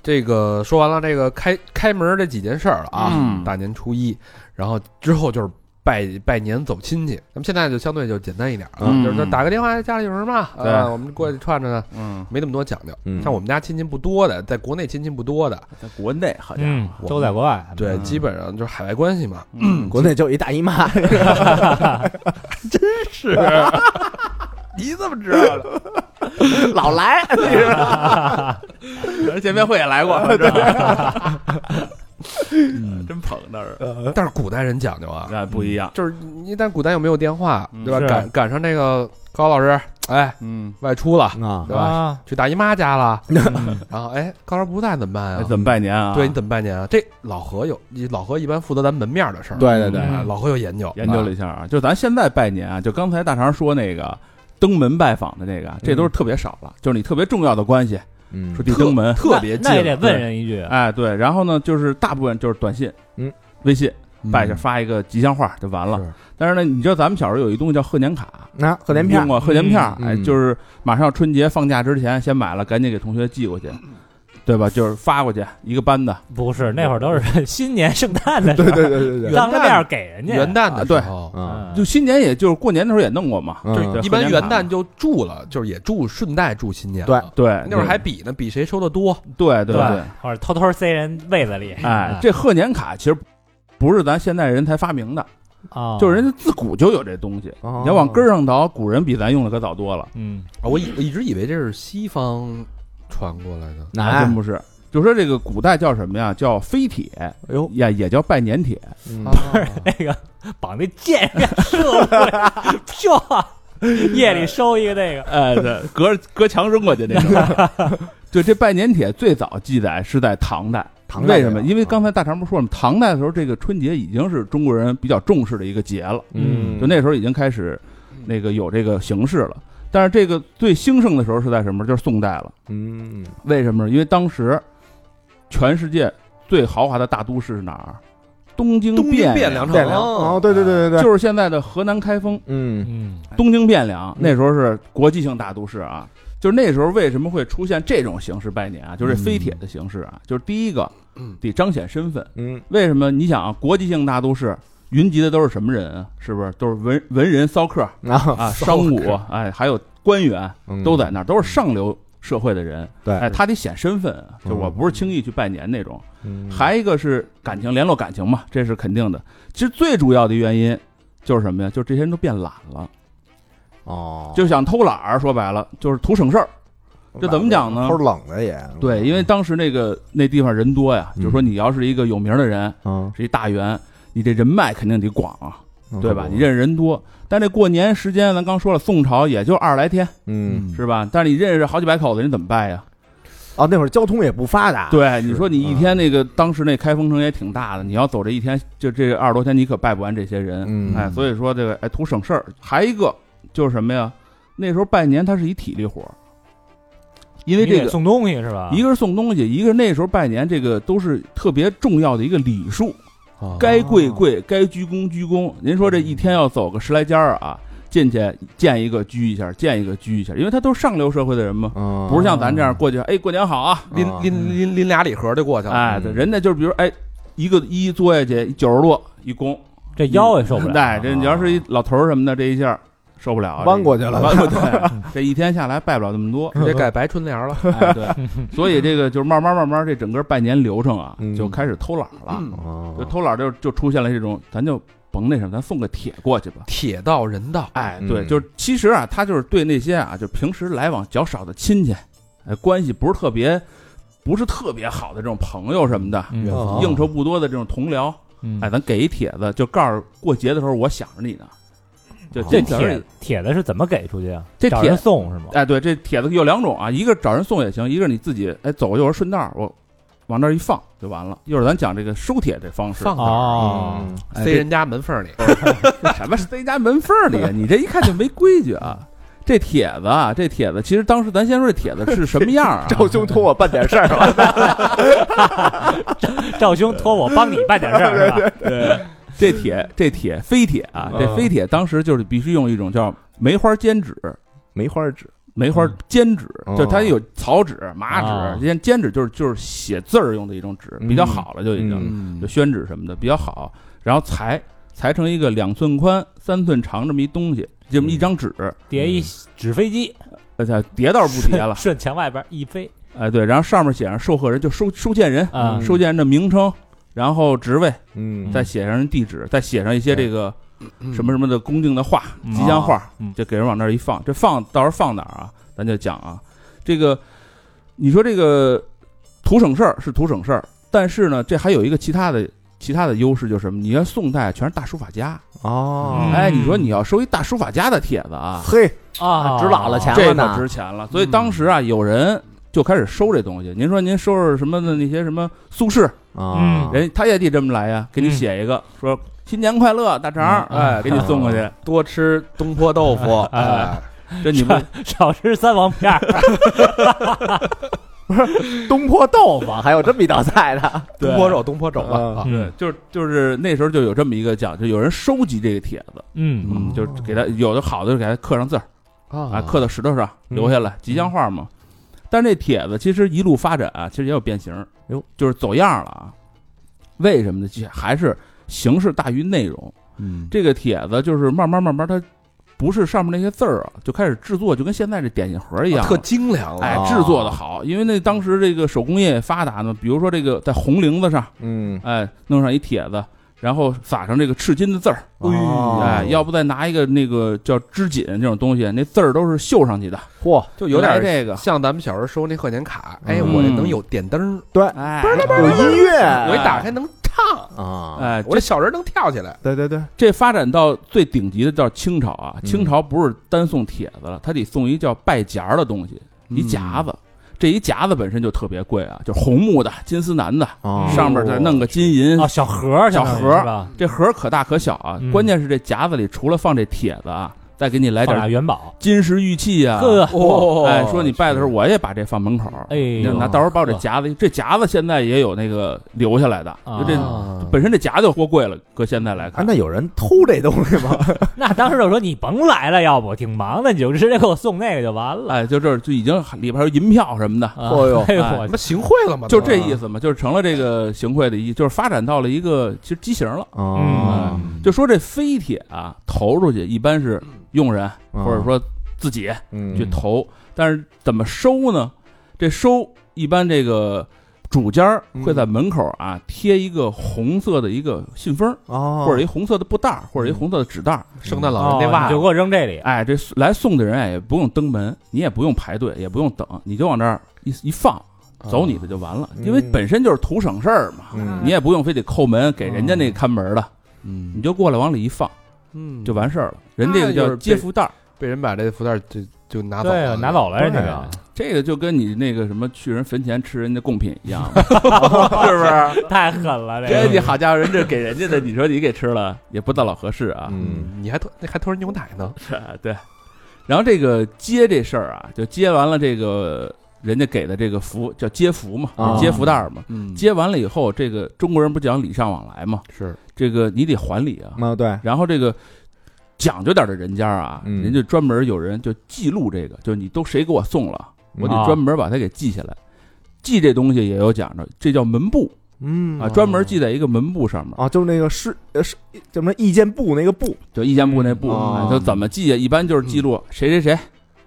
这个说完了这个开开门这几件事儿了啊，嗯大年初一，然后之后就是拜拜年走亲戚。咱们现在就相对就简单一点啊，嗯就是打个电话，家里有人吗？对啊，我们过去串串呢，嗯，没那么多讲究。嗯像我们家亲戚不多的，在国内亲戚不多的，在国内好像嗯，我都在国外。对，嗯基本上就是海外关系嘛。嗯国内就有一大姨妈，是，你怎么知道的？老来，人见面会也来过， 是吧 真捧那儿，但是古代人讲究啊，那不一样。就是你但古代又没有电话，嗯对吧？是赶赶上这个高老师，哎，嗯，外出了，啊对吧？啊，去大姨妈家了，嗯 然后哎，高老师不在怎么办哎啊？怎么拜年啊？对你怎么拜年啊？这老何有，你老何一般负责咱门面的事儿，对对对哎嗯老何有研究，研究了一下啊，就咱现在拜年啊，就刚才大肠说那个登门拜访的那个，啊这都是特别少了，就是你特别重要的关系，嗯说，得登门，特别那也得近，问人一句，哎，对，然后呢，就是大部分就是短信，嗯，微信拜一下，嗯发一个吉祥话就完了是。但是呢，你知道咱们小时候有一东西叫贺年卡，那贺年片用儿过贺年片儿，嗯哎，嗯就是马上要春节放假之前先买了，赶紧给同学寄过去，对吧？就是发过去一个班的，不是那会儿都是新年圣诞的时对候，对对 对对当着面给人家元旦的对时候啊，嗯就新年也就是过年的时候也弄过嘛，嗯就对一般贺元年卡旦就住了，就是也住顺带住新年了。对，嗯那会儿还比呢，比谁收的多。对对对嗯对，或者偷偷塞人被子里，哎，这贺年卡其实不是咱现代人才发明的，啊，就是人家自古就有这东西。哦你要往根儿上倒，古人比咱用的可早多了，嗯啊我以我一直以为这是西方传过来的，那啊哎还真不是。就说这个古代叫什么呀？叫飞帖，哎呦，也也叫拜年帖。嗯 那个绑那箭给射过来， 飘，夜里收一个那个，哎，对， 隔隔墙扔过去那种。对，这拜年帖最早记载是在唐代，唐代为没有什么？因为刚才大肠不是说了吗？唐代的时候，这个春节已经是中国人比较重视的一个节了，嗯就那时候已经开始那个有这个形式了。但是这个最兴盛的时候是在什么？就是宋代了。嗯为什么呢？因为当时全世界最豪华的大都市是哪儿？东京东京汴梁，梁汴城梁哦，对对对对对，就是现在的河南开封。嗯嗯，东京汴梁那时候是国际性大都市啊，就是那时候为什么会出现这种形式拜年啊？就是这飞帖的形式啊，就是第一个嗯得彰显身份。嗯为什么？你想啊，国际性大都市云集的都是什么人啊？是不是都是文文人骚客然后嗯啊、商贾哎，还有官员嗯都在那儿，都是上流社会的人。对哎，他得显身份啊，就我嗯不是轻易去拜年那种。还一个是感情联络感情嘛，这是肯定的。其实最主要的原因就是什么呀？就是这些人都变懒了。哦，就想偷懒儿，说白了就是图省事儿。这怎么讲呢齁冷的也对，因为当时那个那地方人多呀，哎嗯就说你要是一个有名的人，嗯，是一大员，你这人脉肯定得广啊，嗯对吧？你认识人多，但这过年时间咱刚说了，宋朝也就二十来天，嗯是吧？但是你认识好几百口子，你怎么办呀？哦，那会儿交通也不发达，对，你说你一嗯天那个当时那开封城也挺大的，你要走这一天，就这二十多天，你可拜不完这些人。嗯哎，所以说这个哎图省事儿，还一个就是什么呀？那时候拜年它是一体力活儿，因为你这得个送啊东西是吧？一个是送东西，一个是那时候拜年，这个都是特别重要的一个礼数，哦哦该跪跪，该鞠躬鞠躬。您说这一天要走个十来家儿啊，进去见一个鞠一下，见一个鞠一下，因为他都是上流社会的人嘛，嗯，不是像咱哦这样过去，哎，过年好啊，拎啊拎拎拎俩礼盒就过去了。哎，对人家就是比如哎，一个一坐下去九十度一躬，这腰也受不了。哎，这你要是一老头儿什么的，这一下受不了啊，弯过去了 弯过去，这一天下来拜不了那么多，直接改白春联 了。哎，对，所以这个就是慢慢慢慢，这整个拜年流程啊嗯，就开始偷懒了，哦就偷懒就就出现了这种，咱就甭那什么，咱送个帖过去吧。铁道人道，哎，嗯对，就是其实啊，他就是对那些啊，就平时来往较少的亲戚，哎，关系不是特别，不是特别好的这种朋友什么的，嗯哦应酬不多的这种同僚，嗯哎，咱给一帖子，就告诉过节的时候我想着你呢。就这帖帖子，帖子是怎么给出去啊？这找帖人送是吗？哎，对，这帖子有两种啊，一个找人送也行，一个是你自己哎走过去我说顺道儿我往那儿一放就完了。一会儿咱讲这个收帖这方式，放哪儿？哦，嗯哎塞人家门缝里，什么塞家门缝儿里？啊你这一看就没规矩啊！这帖子啊，这帖子，其实当时咱先说这帖子是什么样儿啊？赵兄托我办点事儿吧，赵兄托我帮你办点事儿是吧？ 对，这帖这帖飞帖啊，这嗯飞帖当时就是必须用一种叫梅花笺纸，梅花纸，梅花笺纸，嗯就它有草纸、麻哦纸，笺笺纸就是就是写字儿用的一种纸，比较好了就已经。嗯就宣纸什么的比较好，然后裁裁成一个两寸宽、三寸长这么一东西，这么一张纸，叠一纸飞机，，呃，它叠倒是不叠了顺墙外边一飞哎，对，然后上面写上受贺人，就收收件人，啊嗯，收件人的名称，然后职位，嗯再写上人地址，再写上一些这个什什么什么的恭敬的话、嗯吉祥话嗯，就给人往那儿一放，这放到时候放哪儿啊？咱就讲啊，这个你说这个图省事儿是图省事儿，但是呢，这还有一个其他的。其他的优势就是什么？你看宋代全是大书法家，哦嗯哎，你说你要收一大书法家的帖子啊，嘿，啊，纸老嗯 了钱这了可呢，值钱了。所以当时嗯啊，有人就开始收这东西。您说您收拾什么的那些什么苏轼，啊，嗯人他也得这么来呀，给你嗯写一个说新年快乐，大肠，嗯哎，给你送过去。多吃东坡豆腐，哎这你们少吃三王片儿，东坡豆腐还有这么一道菜 呢，东坡肉，东坡肘子，啊嗯就是就是那时候就有这么一个讲究，有人收集这个帖子，嗯嗯，就是给他有的好的就给他刻上字儿啊，刻到石头上留下来，吉祥话嘛。但这帖子其实一路发展啊，其实也有变形，哟，就是走样了啊。为什么呢？其实还是形式大于内容。嗯这个帖子就是慢慢慢慢，它不是上面那些字儿啊，就开始制作，就跟现在这点心盒一样了，啊特精良了。哎哦制作的好，因为那当时这个手工业也发达呢，比如说这个在红绫子上，嗯，哎，弄上一帖子。然后撒上这个赤金的字儿，哦哎，要不再拿一个那个叫织锦这种东西，那字儿都是绣上去的，嚯，就有来点这个，像咱们小时候收那贺年卡，哎，嗯我这能有点灯，哎，有音乐，我一打开能唱，啊，哎，我哎这这哎小人能跳起来。对对对，这发展到最顶级的叫清朝啊，嗯清朝不是单送帖子了，他得送一叫拜夹儿的东西，一夹子。这一夹子本身就特别贵啊，就红木的、金丝楠的，啊上面再弄个金银哦，，小盒儿小相当于盒儿是吧，这盒儿可大可小啊嗯。关键是这夹子里除了放这帖子啊，再给你来放俩点元宝，金石玉器啊。呵哦哎，说你拜的时候，我也把这放门口。哎呦你就拿到时候把我这夹子，这夹子现在也有那个留下来的，啊就这本身这夹子就货贵了，搁现在来啊，看，那有人偷这东西吗？ 那当时就说你甭来了，要不挺忙的，你就直接给我送那个就完了。哎，就这就已经里边还有银票什么的，啊哦呦哎呦哎我什么行贿了啊吗？就这意思嘛，就是成了这个行贿的一，就是发展到了一个其实畸形了。啊，嗯就说这飞铁啊，投出去一般是用人嗯或者说自己嗯去投，但是怎么收呢？这收一般这个主家儿嗯会在门口啊贴一个红色的一个信封，哦，嗯或者一红色的布袋儿，或者一红色的纸袋儿。圣诞老哦人那袜你子就给我扔这里，哎，这来送的人哎也不用登门，你也不用排队，也不用等，你就往这儿一一放，走你的就完了，嗯因为本身就是图省事儿嘛。嗯哦你也不用非得叩门给人家那看门的，你嗯，就过来往里一放嗯就完事儿了。人这个叫接福袋儿，被人把这福袋就就拿走对啊，了，拿走了人家对个啊，这哎个就跟你那个什么去人坟前吃人家贡品一样， 是不是？太狠了，这这你个好家伙，啊人这给人家的，你说你给吃了，也不大老合适啊。嗯，你还偷那还偷人牛奶呢？是，对。然后这个接这事儿啊，就接完了这个人家给的这个福叫接福嘛，啊接福袋儿嘛。嗯接完了以后，这个中国人不讲礼尚往来嘛， 是这个你得还礼啊。那对，然后这个讲究点的人家啊，嗯人家专门有人就记录这个，就是你都谁给我送了，我啊得专门把它给记下来。记这东西也有讲究，这叫门簿嗯啊，专门记在一个门簿上面，啊，就是那个是呃是叫什么意见部那个部就意见簿那簿，哦啊就怎么记啊？一般就是记录谁谁谁，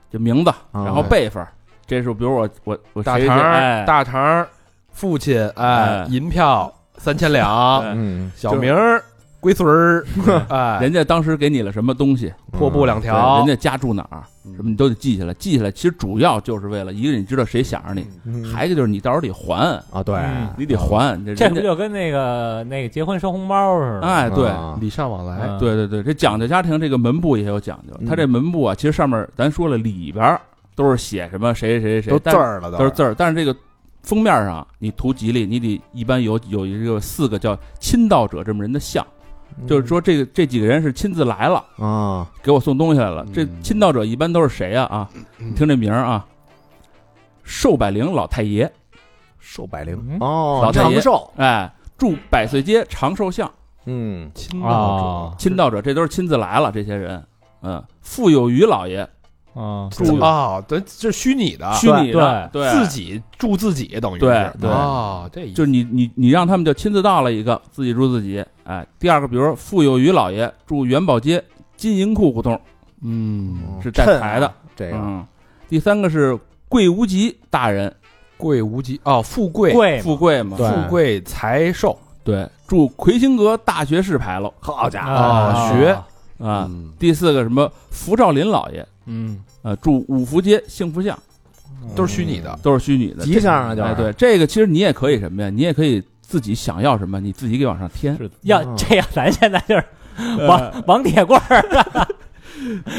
就名字，哦然后辈分。这时候，比如我我我大谁谁肠哎儿大肠儿父亲哎哎银票三千两，哎嗯，小明儿龟孙 儿哎人家当时给你了什么东西，破布两条，对人家家住哪儿，什么你都得记下来。记下来其实主要就是为了一个你知道谁想着你，嗯还一个就是你到时候得还，啊对，嗯你得还。这这人不家就跟那个那个结婚收红包似的？哎对，啊礼尚往来，嗯，对对对，这讲究家庭这个门部也有讲究。嗯它这门部啊，其实上面咱说了，里边儿都是写什么谁谁谁谁，都字但是儿了都是字儿，但是这个封面上你图吉利，你得一般有有一个四个叫亲到者这么人的像，嗯就是说这个这几个人是亲自来了，啊，给我送东西来了。这嗯亲到者一般都是谁呀？啊，嗯你听这名儿啊，寿百灵老太爷，寿百灵嗯哦，老太长爷寿，哎，住百岁街长寿巷。嗯亲啊到亲到者，这都是亲自来了，这些人。嗯，傅有余老爷，嗯，者住啊，对，这是虚拟的，虚拟的，对，啊自己住自己等于是对对啊，这意思就是你你你让他们就亲自到了一个自己住自己，哎，第二个，比如说傅有余老爷住元宝街金银库胡同，嗯，哎是带牌的，啊这个嗯，第三个是贵无极大人，贵无极哦，富贵贵嘛富贵嘛，对富贵财寿对，住魁星阁大学士牌楼好家伙，啊学啊。嗯第四个什么福兆林老爷，嗯，呃，住五福街幸福巷，嗯都是虚拟 的，都是虚拟的。吉祥啊，就哎，是对，这个其实你也可以什么呀？你也可以自己想要什么，你自己给往上添。是要嗯这样，咱现在就是 嗯王王铁棍儿，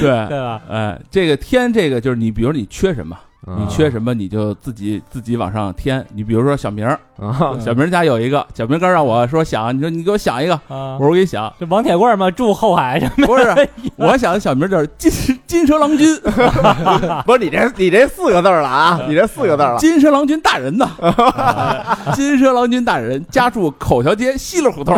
对对，吧？哎，这个添这个就是你，比如你缺什么，你啊缺什么你就自己自己往上添。你比如说小明儿，啊，小明儿家有一个，小明儿刚让我说想，你说你给我想一个，啊我，说我给你 想，这王铁棍儿嘛，住后海去，不是，我想的小明儿就是金金蛇郎君， 不是你这你这四个字儿了啊，你这四个字儿了，金蛇郎君大人呐，哎金蛇郎君大人家住口桥街西路胡同，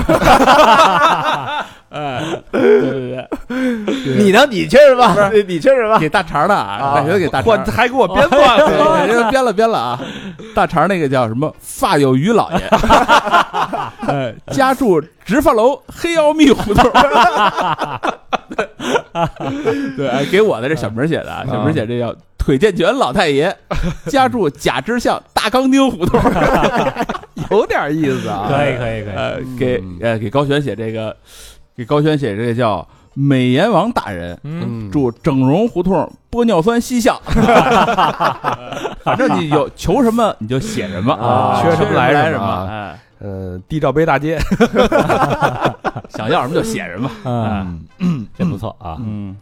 哎，对对对，你呢？你缺什么？你你缺什么？给大肠的啊，大学给大肠换儿。还给我编算 了，人家编了编了啊！大肠那个叫什么？发有余 老爷，哎，家住直发楼黑腰密胡同。 对，哎给我的这小明写的，啊，小明写这叫腿健全老太爷，家住甲支巷大钢钉胡同。有点意思啊，可以可以可以，呃，给呃给高璇写这个，给高璇写这个叫美阎王大人，嗯，嗯，住整容胡同玻尿酸西巷。 反正你有求什么你就写什么啊缺缺什么来来什么么，哎，呃，地罩杯大街， 想要什么就写什么。嗯，这不错啊，嗯，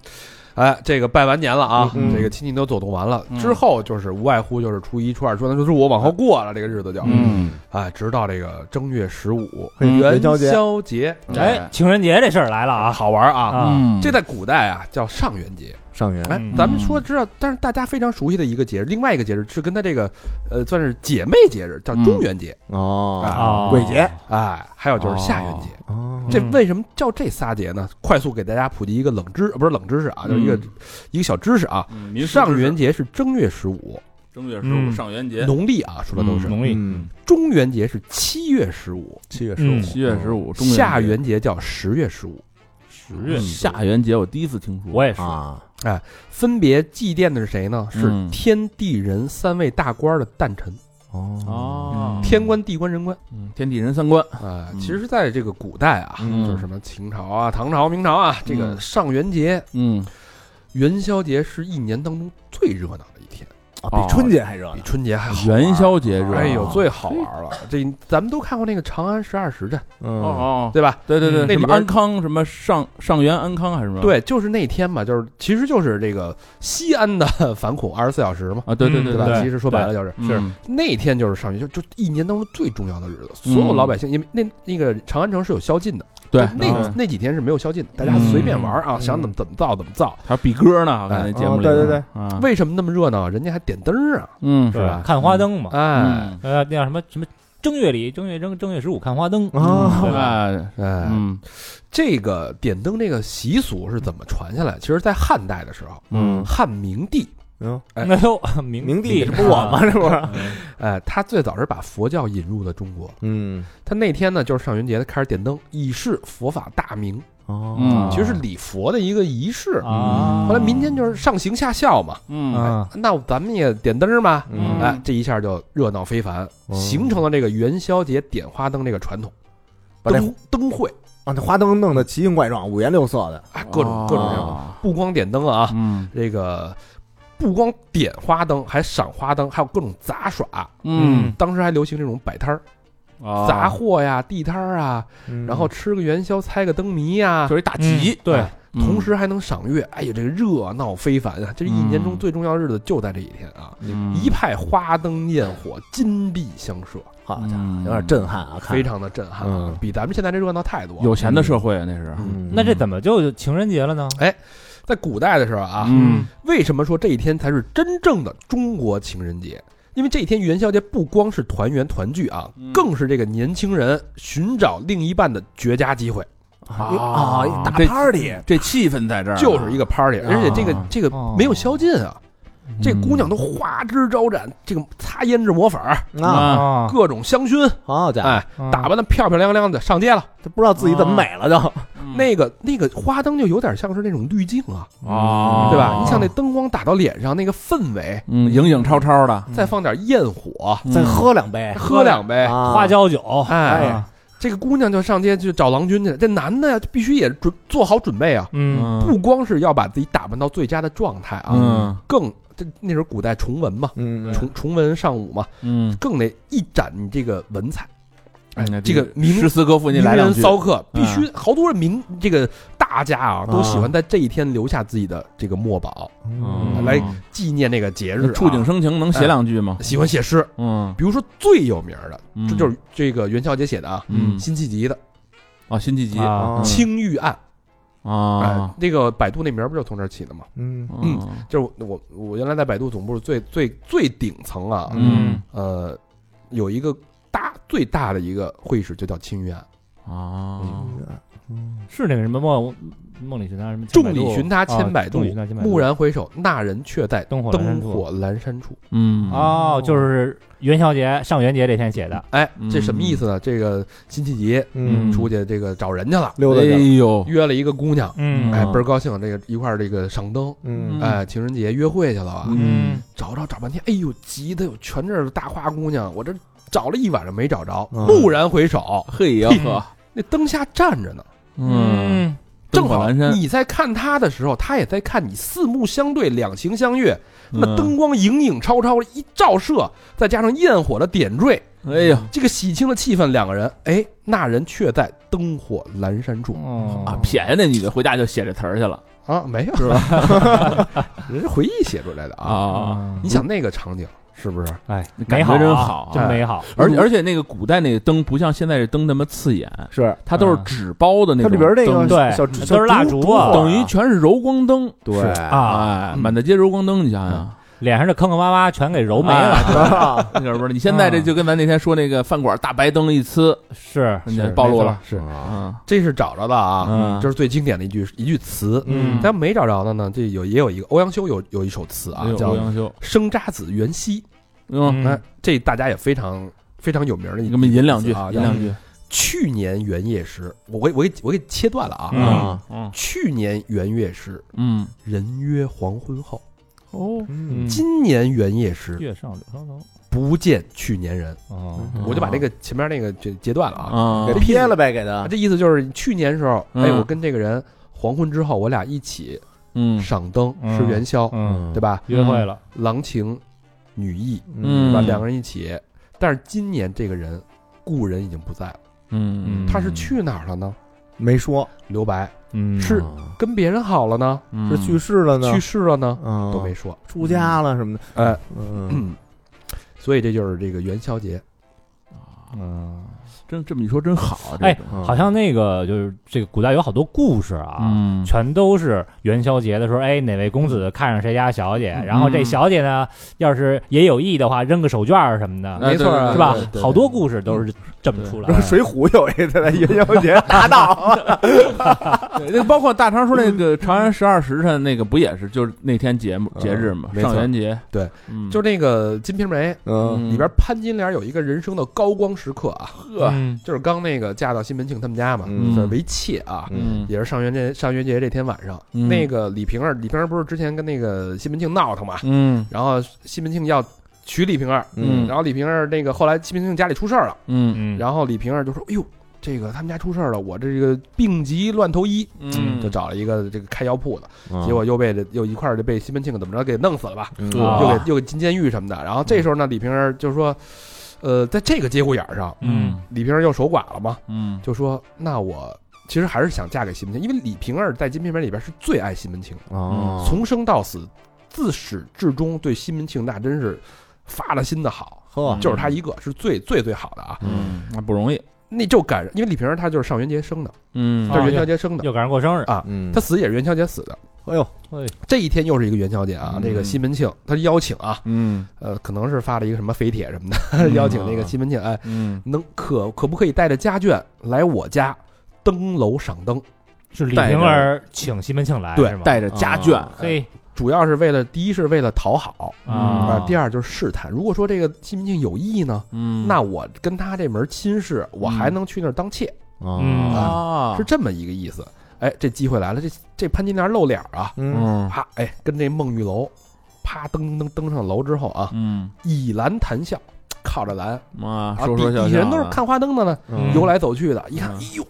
哎，这个拜完年了啊，嗯这个亲戚都走动完了，嗯之后就是无外乎就是初一、初二、初三，就是我往后过了这个日子就，嗯，哎，直到这个正月十五嗯元宵节宵节哎，情人节这事儿来了啊好玩啊！啊，嗯，这在古代啊叫上元节，上元哎嗯，咱们说知道，但是大家非常熟悉的一个节日，另外一个节日是跟它这个呃算是姐妹节日，叫中元节哦啊，啊，鬼嗯节哎，还有就是下元节。哦这嗯为什么叫这仨节呢？快速给大家普及一个冷知，呃不是冷知识啊，就是一个嗯一个小知识啊。嗯民俗上知识元节是正月十五，正月十五嗯上元节，农历啊，说的都是。农历嗯，中元节是七月十五，七月嗯七月十五，中下元元节叫十月十五，十节月下元节，我第一次听说，我也是，啊，分别祭奠的是谁呢？是嗯天地人三位大官的诞辰，哦，哦，天官、地官、人官。嗯天地人三观，啊、嗯其实在这个古代啊，嗯就是什么秦朝啊、唐朝、明朝啊，这个嗯上元节、嗯，元宵节是一年当中最热闹的一天，啊比春节还嗯热比闹，春节还好玩元。宵节啊热，哎呦，最好玩了！ 这咱们都看过那个《长安十二时辰》，哦嗯，哦，对吧？对对对，那什里么边安康什么上上元安康还是什么？对，就是那天嘛，就是其实就是这个西安的反恐二十四小时嘛，啊，对对嗯对嗯对吧？对其实说白了就是是那天就是上元，就就一年当中最重要的日子，嗯所有老百姓，因为那那个长安城是有宵禁的，对，嗯那嗯那几天是没有宵禁的，大家随便玩啊，想怎么怎么造怎么造。还有比哥呢，我看那哎节目哦里，对对对，啊，为什么那么热闹？人家还点灯儿啊！嗯对是吧？看花灯嘛，哎嗯呃，那叫什么什么正月里正月正正月十五看花灯啊哦对吧？哎，哎，嗯这个点灯这个习俗是怎么传下来？其实，在汉代的时候，嗯汉明帝，哎那都明明帝，帝这不我吗？这不是，哎，他最早是把佛教引入了中国。嗯，他那天呢，就是上元节，他开始点灯，以示佛法大明，哦嗯嗯，其实是礼佛的一个仪式。啊？后来民间就是上行下效嘛，哎嗯哎啊，那咱们也点灯嘛，嗯哎，这一下就热闹非凡，形成了这个元宵节点花灯这个传统，把这灯灯会啊，那花灯弄得奇形怪状，五颜六色的，啊，各哦种各种各样的，样，不光点灯啊，嗯这个不光点花灯，还赏花灯，还有各种杂耍。嗯，当时还流行这种摆摊儿、啊杂货呀、地摊儿啊，嗯嗯然后吃个元宵、猜个灯谜呀、就是一大集嗯，对哎同时还能赏月。哎呀，这个热闹非凡啊！这一年中嗯最重要的日子就在这一天啊！嗯一派花灯焰火，金碧相射，好家伙，嗯有点震撼啊，看非常的震撼，啊嗯！比咱们现在这热闹太多了。有钱的社会啊那是，嗯那这怎么就情人节了呢？在古代的时候啊，嗯为什么说这一天才是真正的中国情人节？因为这一天元宵节不光是团圆团聚啊，嗯更是这个年轻人寻找另一半的绝佳机会，啊？一大这 party，这气氛在这儿啊，就是一个 party，而且这个啊这个没有宵禁啊，这姑娘都花枝招展，这个擦胭脂抹粉儿，啊，啊啊，各种香薰，好啊家伙，哎，打扮的漂漂亮亮的上街了。这不知道自己怎么美了就，嗯那个那个花灯就有点像是那种滤镜啊，啊，对吧？你像那灯光打到脸上那个氛围，嗯影影超超的，再放点焰火，再喝两杯喝两杯，啊花椒酒，哦哎啊，这个姑娘就上街去找郎君去了。这男的呀，必须也准做好准备啊，嗯，不光是要把自己打扮到最佳的状态啊，嗯更这那时候古代崇文嘛，嗯，崇崇文尚武嘛，嗯，更得一展你这个文采。哎嗯，这个名诗词歌赋你名来两人句，嗯骚客必须，好多人名这个大家啊，都喜欢在这一天留下自己的这个墨宝，嗯来纪念这个节日啊。触景生情，能写两句吗？喜欢写诗，嗯，比如说最有名的，嗯这就是这个元宵节写的啊，嗯辛弃疾的啊，辛弃疾啊《青玉案》。哎啊，，那个百度那名儿不就从这儿起的吗？嗯嗯就是我我我原来在百度总部最最最顶层啊，嗯呃，有一个大最大的一个会议室就叫清苑，嗯啊，是那个什么梦梦里寻他什么众里寻他千百度度，啊众里寻他千，百度蓦然回首，那人却在灯火阑珊灯处火阑珊处。嗯哦，就是元宵节上元节这天写的，哎，这什么意思呢？这个辛弃疾嗯，出去这个找人去了，溜达哎去，呦，约了一个姑娘，嗯哎，倍儿高兴，这个一块儿这个上灯，嗯哎，情人节约会去了啊。嗯找找找半天，哎呦，急的哟，全这儿的大花姑娘，我这找了一晚上没找着。嗯蓦然回首，嘿呀呵，那灯下站着呢，嗯，正灯火好阑珊，你在看她的时候，她也在看你，四目相对，两情相悦。那嗯灯，光影影绰绰一照射，再加上焰火的点缀，哎呀，这个喜庆的气氛，两个人，哎，那人却在灯火阑珊处。哦嗯啊，便宜那女的回家就写这词儿去了，啊，没有，是吧？ 人家回忆写出来的啊。啊，嗯你想那个场景是不是？哎，感觉美好、啊，真好真哎美好。而且而且那个古代那个灯不像现在这灯那么刺眼，是它都是嗯纸包的那它种里灯，边那个对小都是小蜡烛烛啊火等于全是柔光灯对是啊啊，哎，满大街柔光灯，你想想，脸上的坑坑洼洼全给揉没啊了，哎 那个不是你现在这就跟咱那天说那个饭馆大白灯一呲，是你就暴露了，是，嗯这是找着的啊，嗯这是最经典的一句一句词。嗯但没找着的呢，这有也有一个欧阳修有有一首词啊哎，呦叫欧《阳修，生渣子元夕》，嗯，哎，这大家也非常非常有名的一你个给嗯我们引两句，啊，引嗯两句去年元夜时，我给我给我给切断了啊。嗯嗯去年元月时，嗯人约黄昏后；哦，嗯今年元夜时，月上柳梢头，不见去年人。哦，嗯我就把那个前面那个截截断了嗯啊。嗯啊给撇了呗，给他啊这意思就是去年时候，哎，嗯我跟这个人黄昏之后，我俩一起嗯赏灯、嗯吃元宵，嗯，对吧？约会了，郎情女意，嗯对吧？两个人一起。但是今年这个人，故人已经不在了，嗯他是去哪儿了呢？没说留白嗯是跟别人好了呢，嗯是去世了呢，去世了呢，啊嗯都没说。出家了什么的，哎，嗯，嗯，所以这就是这个元宵节。嗯，真这么一说真好，啊哎这个，好好像那个就是这个古代有好多故事啊，嗯全都是元宵节的时候，哎，哪位公子看上谁家小姐，嗯然后这小姐呢，要是也有意的话，扔个手绢儿什么的，哎没错啊对是吧对对？对好多故事都是这么出来然后 的。水浒有一个在元宵节大闹，对那个包括大肠说那 个《长安十二时辰》那个不也是就是那天节目节日嘛，没错上元节对，嗯就那个《金瓶梅》嗯里边，潘金莲有一个人生的高光时刻啊，呵，嗯就是刚那个嫁到西门庆他们家嘛，嗯算是为妾啊，嗯也是上元节上元节这天晚上，嗯那个李瓶儿，李瓶儿不是之前跟那个西门庆闹腾嘛，嗯然后西门庆要娶李瓶儿，嗯然后李瓶儿那个后来西门庆家里出事儿了，嗯嗯，然后李瓶儿就说：“哎呦，这个他们家出事儿了，我这个病急乱投医。”嗯，就找了一个这个开药铺的，嗯结果又被这又一块儿就被西门庆怎么着给弄死了吧，嗯啊又给又给进监狱什么的。然后这时候呢，李瓶儿就说，呃，在这个节骨眼儿上，嗯李瓶儿又守寡了嘛，嗯就说那我其实还是想嫁给西门庆，因为李瓶儿在《金瓶梅》里边是最爱西门庆，哦从生到死，自始至终对西门庆那真是发了心的好，呵就是他一个是最最最好的啊，嗯，那不容易，那就赶上，因为李瓶儿她就是上元节生的，嗯她啊是元宵节生的，又赶上过生日，嗯她死也是元宵节死的。哎呦这一天又是一个元宵节啊，嗯这个西门庆他邀请啊，嗯呃，可能是发了一个什么飞帖什么的，邀请那个西门庆，哎，嗯，能可可不可以带着家眷来我家登楼赏灯？是李瓶儿请西门庆来，对哎是吗？带着家眷嘿主要是为了第一是为了讨好啊第二就是试探。如果说这个西门庆有意呢，嗯，那我跟他这门亲事，我还能去那儿当妾，嗯啊是这么一个意思。哎，这机会来了，这这潘金莲露脸啊，嗯嗯啪，哎，跟这孟玉楼，啪登登登上楼之后啊，嗯倚栏谈笑，靠着栏，啊，啊，说说底笑底笑下人都是看花灯的呢，嗯游来走去的，一看，嗯哎呦，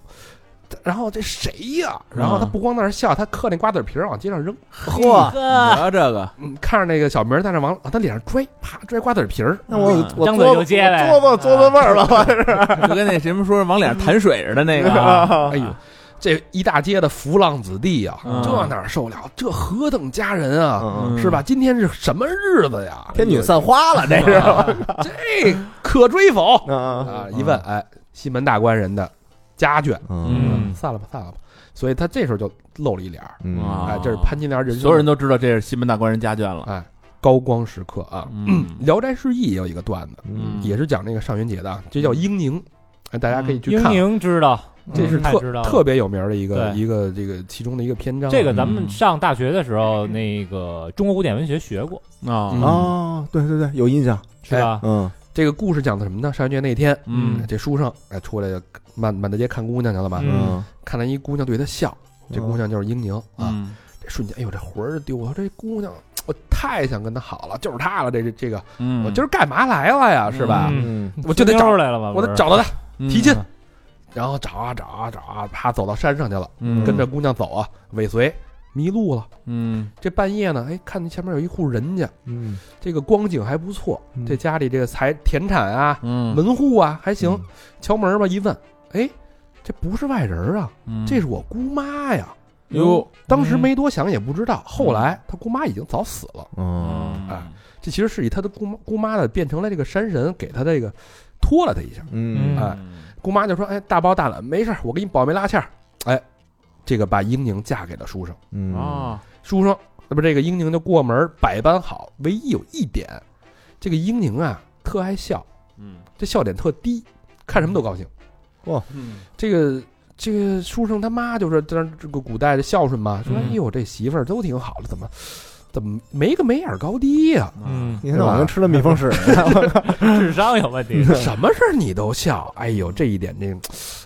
然后这谁呀？然后他不光在那儿笑，他嗑那瓜子皮儿往街上扔，嚯，啊，这 个嗯，看着那个小明儿在那往往他脸上拽，啪拽瓜子皮儿，那我我张嘴嘬就接呗嘬嘬嘬嘬味儿吧，就跟那什么说往脸上弹水似的那个啊， 啊哎呦，这一大街的浮浪子弟呀嗯，这哪受了？这何等佳人啊，嗯是吧？今天是什么日子呀？天女散花了，这是这可追否嗯啊，啊？一问，哎，西门大官人的家眷，嗯散了吧，散了吧。所以他这时候就露了一脸儿，嗯啊哎，这是潘金莲人生所有人都知道这是西门大官人家眷了，哎高光时刻啊。嗯《聊斋志异》也有一个段子，嗯也是讲那个上元节的啊，这叫英宁，哎，大家可以去嗯英看，宁知道，这是嗯太特知道了特别有名的一个对一个这个其中的一个篇章啊。这个咱们上大学的时候，那个中国古典文学学过，啊哦，对对对，有印象，哎是吧？嗯这个故事讲的什么呢？上元节那天，嗯这书生哎出来就满满大街看姑娘去了吧？嗯看到一姑娘对他笑，这嗯姑娘就是英宁啊。嗯这瞬间，哎呦，这魂儿丢了，这姑娘我太想跟她好了，就是她了。这这这个，嗯，我今儿干嘛来了呀？是吧？嗯嗯我就得找妞儿来了吧？我不得是找到她，提亲亲。然后找啊找啊找啊，啪走到山上去了。嗯跟着姑娘走啊，尾随，迷路了。嗯这半夜呢，哎，看见前面有一户人家，嗯这个光景还不错，嗯这家里这个财田产啊，嗯门户啊还行。敲门吧，一问，哎，这不是外人啊，这是是我姑妈呀。嗯哟，当时没多想，也不知道。后来他姑妈已经早死了，嗯哎这其实是以他的姑妈姑妈的变成了这个山神给他这个拖了他一下。嗯哎姑妈就说：“哎，大包大揽，没事儿，我给你保媒拉纤儿。”哎，这个把英宁嫁给了书生，嗯啊，书生那么这个英宁就过门儿百般好，唯一有一点，这个英宁啊特爱笑，嗯这笑点特低，看什么都高兴。嗯这个这个书生他妈就是当然这个古代的孝顺嘛，说：“嗯哎呦，这媳妇儿都挺好的，怎么怎么没个眉眼儿高低呀、嗯，一天到晚跟吃了蜜蜂屎，智商有问题。什么事儿你都笑？哎呦，这一点这，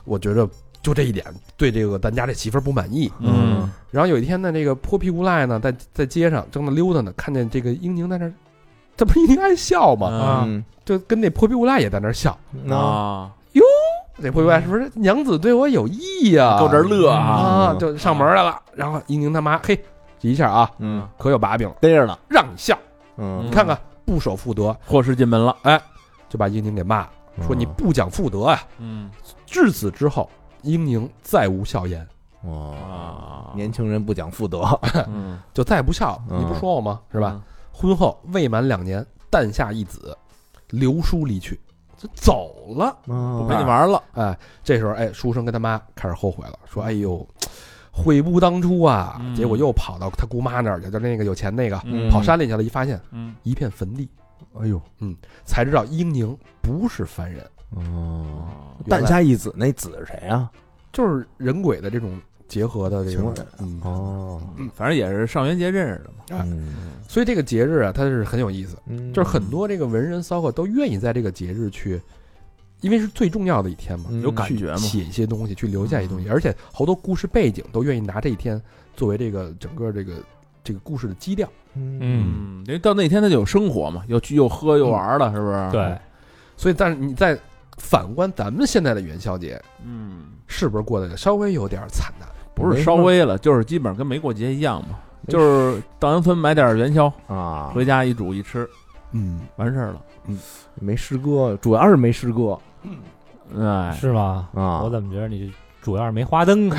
我觉着就这一点对这个咱家这媳妇儿不满意。嗯然后有一天呢，这个泼皮无赖呢，在在街上正在溜达呢，看见这个英宁在那儿，这不是英宁爱笑吗？啊，嗯就跟那泼皮无赖也在那儿笑。那啊，这泼皮无赖是不是娘子对我有意呀、嗯够这儿乐啊，啊，就上门来了。然后英宁他妈，嘿，这一下啊，嗯可有把柄了，逮着了，让你笑，嗯你看看不守妇德，霍氏进门了，就把英宁给骂了，说你不讲妇德啊。嗯至此之后，英宁再无笑颜。哦，啊年轻人不讲妇德，嗯就再也不笑，嗯你不说我吗？是吧嗯？婚后未满两年，诞下一子，刘叔离去，就走了。嗯陪你玩了，哎，这时候，哎，书生跟他妈开始后悔了，说：“哎呦，悔不当初啊！”嗯结果又跑到他姑妈那儿去，就那个有钱那个，嗯跑山里去了。一发现嗯一片坟地，嗯哎呦，才知道英宁不是凡人，哦，啊原诞来下一子，那子是谁啊？就是人鬼的这种结合的这情种人。嗯，哦，反正也是上元节认识的嘛，嗯，所以这个节日啊，它是很有意思。就是嗯很多这个文人骚客都愿意在这个节日去，因为是最重要的一天嘛，嗯有感觉嘛，写一些东西，去留下一些嗯东西，而且好多故事背景都愿意拿这一天作为这个整个这个这个故事的基调。嗯，嗯，因为到那天他就有生活嘛，又去又喝又玩了，是不是？ 对，，所以，但是你再反观咱们现在的元宵节，嗯，是不是过得稍微有点惨淡？不是稍微了，就是基本上跟没过节一样嘛，没就是到阳村买点元宵，啊，回家一煮一吃，嗯，完事儿了。没诗歌，主要是没诗歌哎，是吗？啊我。怎么觉得你主要是没花灯啊？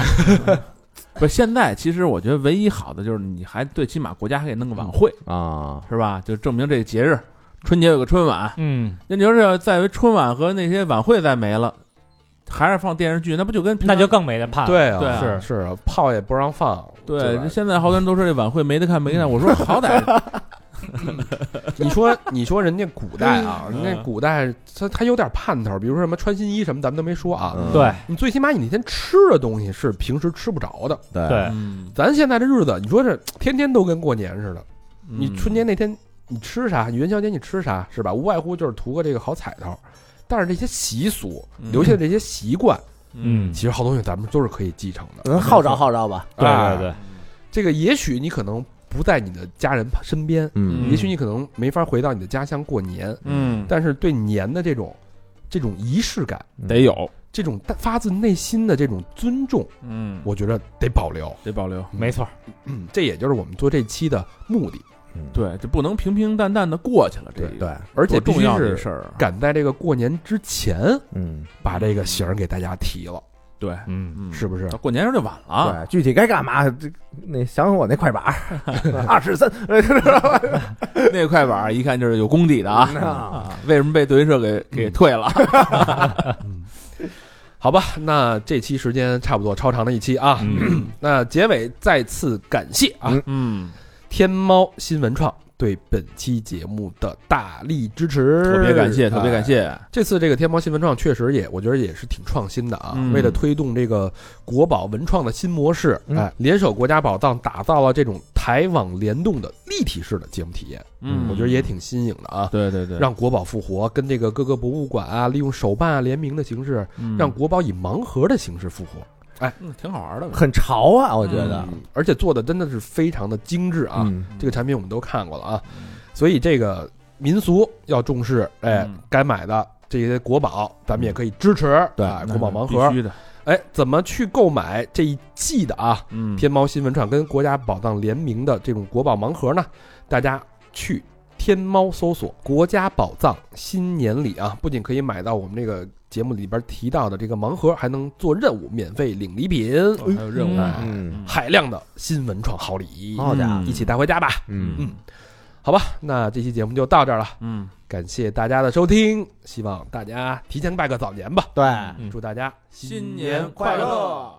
不是现在，其实我觉得唯一好的就是你还最起码国家还给弄个晚嗯会，啊，是吧？就证明这个节日，春节有个春晚。嗯，那你说这在于春晚和那些晚会再没了，还是放电视剧，那不就跟平 那就常更没得判了。对啊，对啊是是啊，炮也不让放。对？吧就现在好多人都说这晚会没得看，没得看。我说好歹你说，你说人家古代啊，嗯人家古代他他有点盼头，比如说什么穿新衣什么，咱们都没说啊。嗯对你最起码你那天吃的东西是平时吃不着的。对对，嗯咱现在这日子，你说这天天都跟过年似的。你春节天那天你吃啥？你元宵节你吃啥？是吧？无外乎就是图个这个好彩头。但是这些习俗嗯留下的这些习惯，嗯，其实好东西咱们都是可以继承的。嗯，号召号召吧，对哎对对，这个也许你可能不在你的家人身边，嗯也许你可能没法回到你的家乡过年，嗯，但是对年的这种这种仪式感，得有，这种发自内心的这种尊重，嗯我觉得得保留。得保留。没错儿。嗯，这也就是我们做这期的目的，对，这不能平平淡淡的过去了，这对，而且多必重须要的是事儿，赶在这个过年之前嗯，把这个型儿给大家提了，对，嗯，嗯，是不是到？过年时候就晚了啊，对，具体该干嘛，这那想想我那快板儿，二十三，呃那快板儿一看就是有功底的啊。啊，啊为什么被德云社给给退了？好吧，那这期时间差不多超长的一期啊，嗯 那结尾再次感谢啊、嗯嗯，天猫新文创对本期节目的大力支持，特别感谢，特别感哎。谢。这次这个天猫新文创确实也，我觉得也是挺创新的啊。嗯为了推动这个国宝文创的新模式，嗯哎，联手国家宝藏，打造了这种台网联动的立体式的节目体验，嗯，我觉得也挺新颖的啊。对对对，让国宝复活，跟这个各个博物馆啊，利用手办啊联名的形式，嗯让国宝以盲盒的形式复活。嗯挺好玩的。很潮啊，我觉得嗯，而且做的真的是非常的精致啊。嗯这个产品我们都看过了啊，所以这个民俗要重视，哎，嗯该买的这些国宝咱们也可以支持，对哎那国宝盲必盒，须的，哎，怎么去购买这一季的啊？嗯，天猫新文创跟国家宝藏联名的这种国宝盲盒呢，大家去。天猫搜索“国家宝藏新年礼”啊，不仅可以买到我们这个节目里边提到的这个盲盒，还能做任务免费领礼品，哦还有任务，哎嗯，海量的新文创好礼，好家伙，一起带回家吧。嗯，好吧，那这期节目就到这儿了，嗯，感谢大家的收听，希望大家提前拜个早年吧，对，祝大家新年快乐。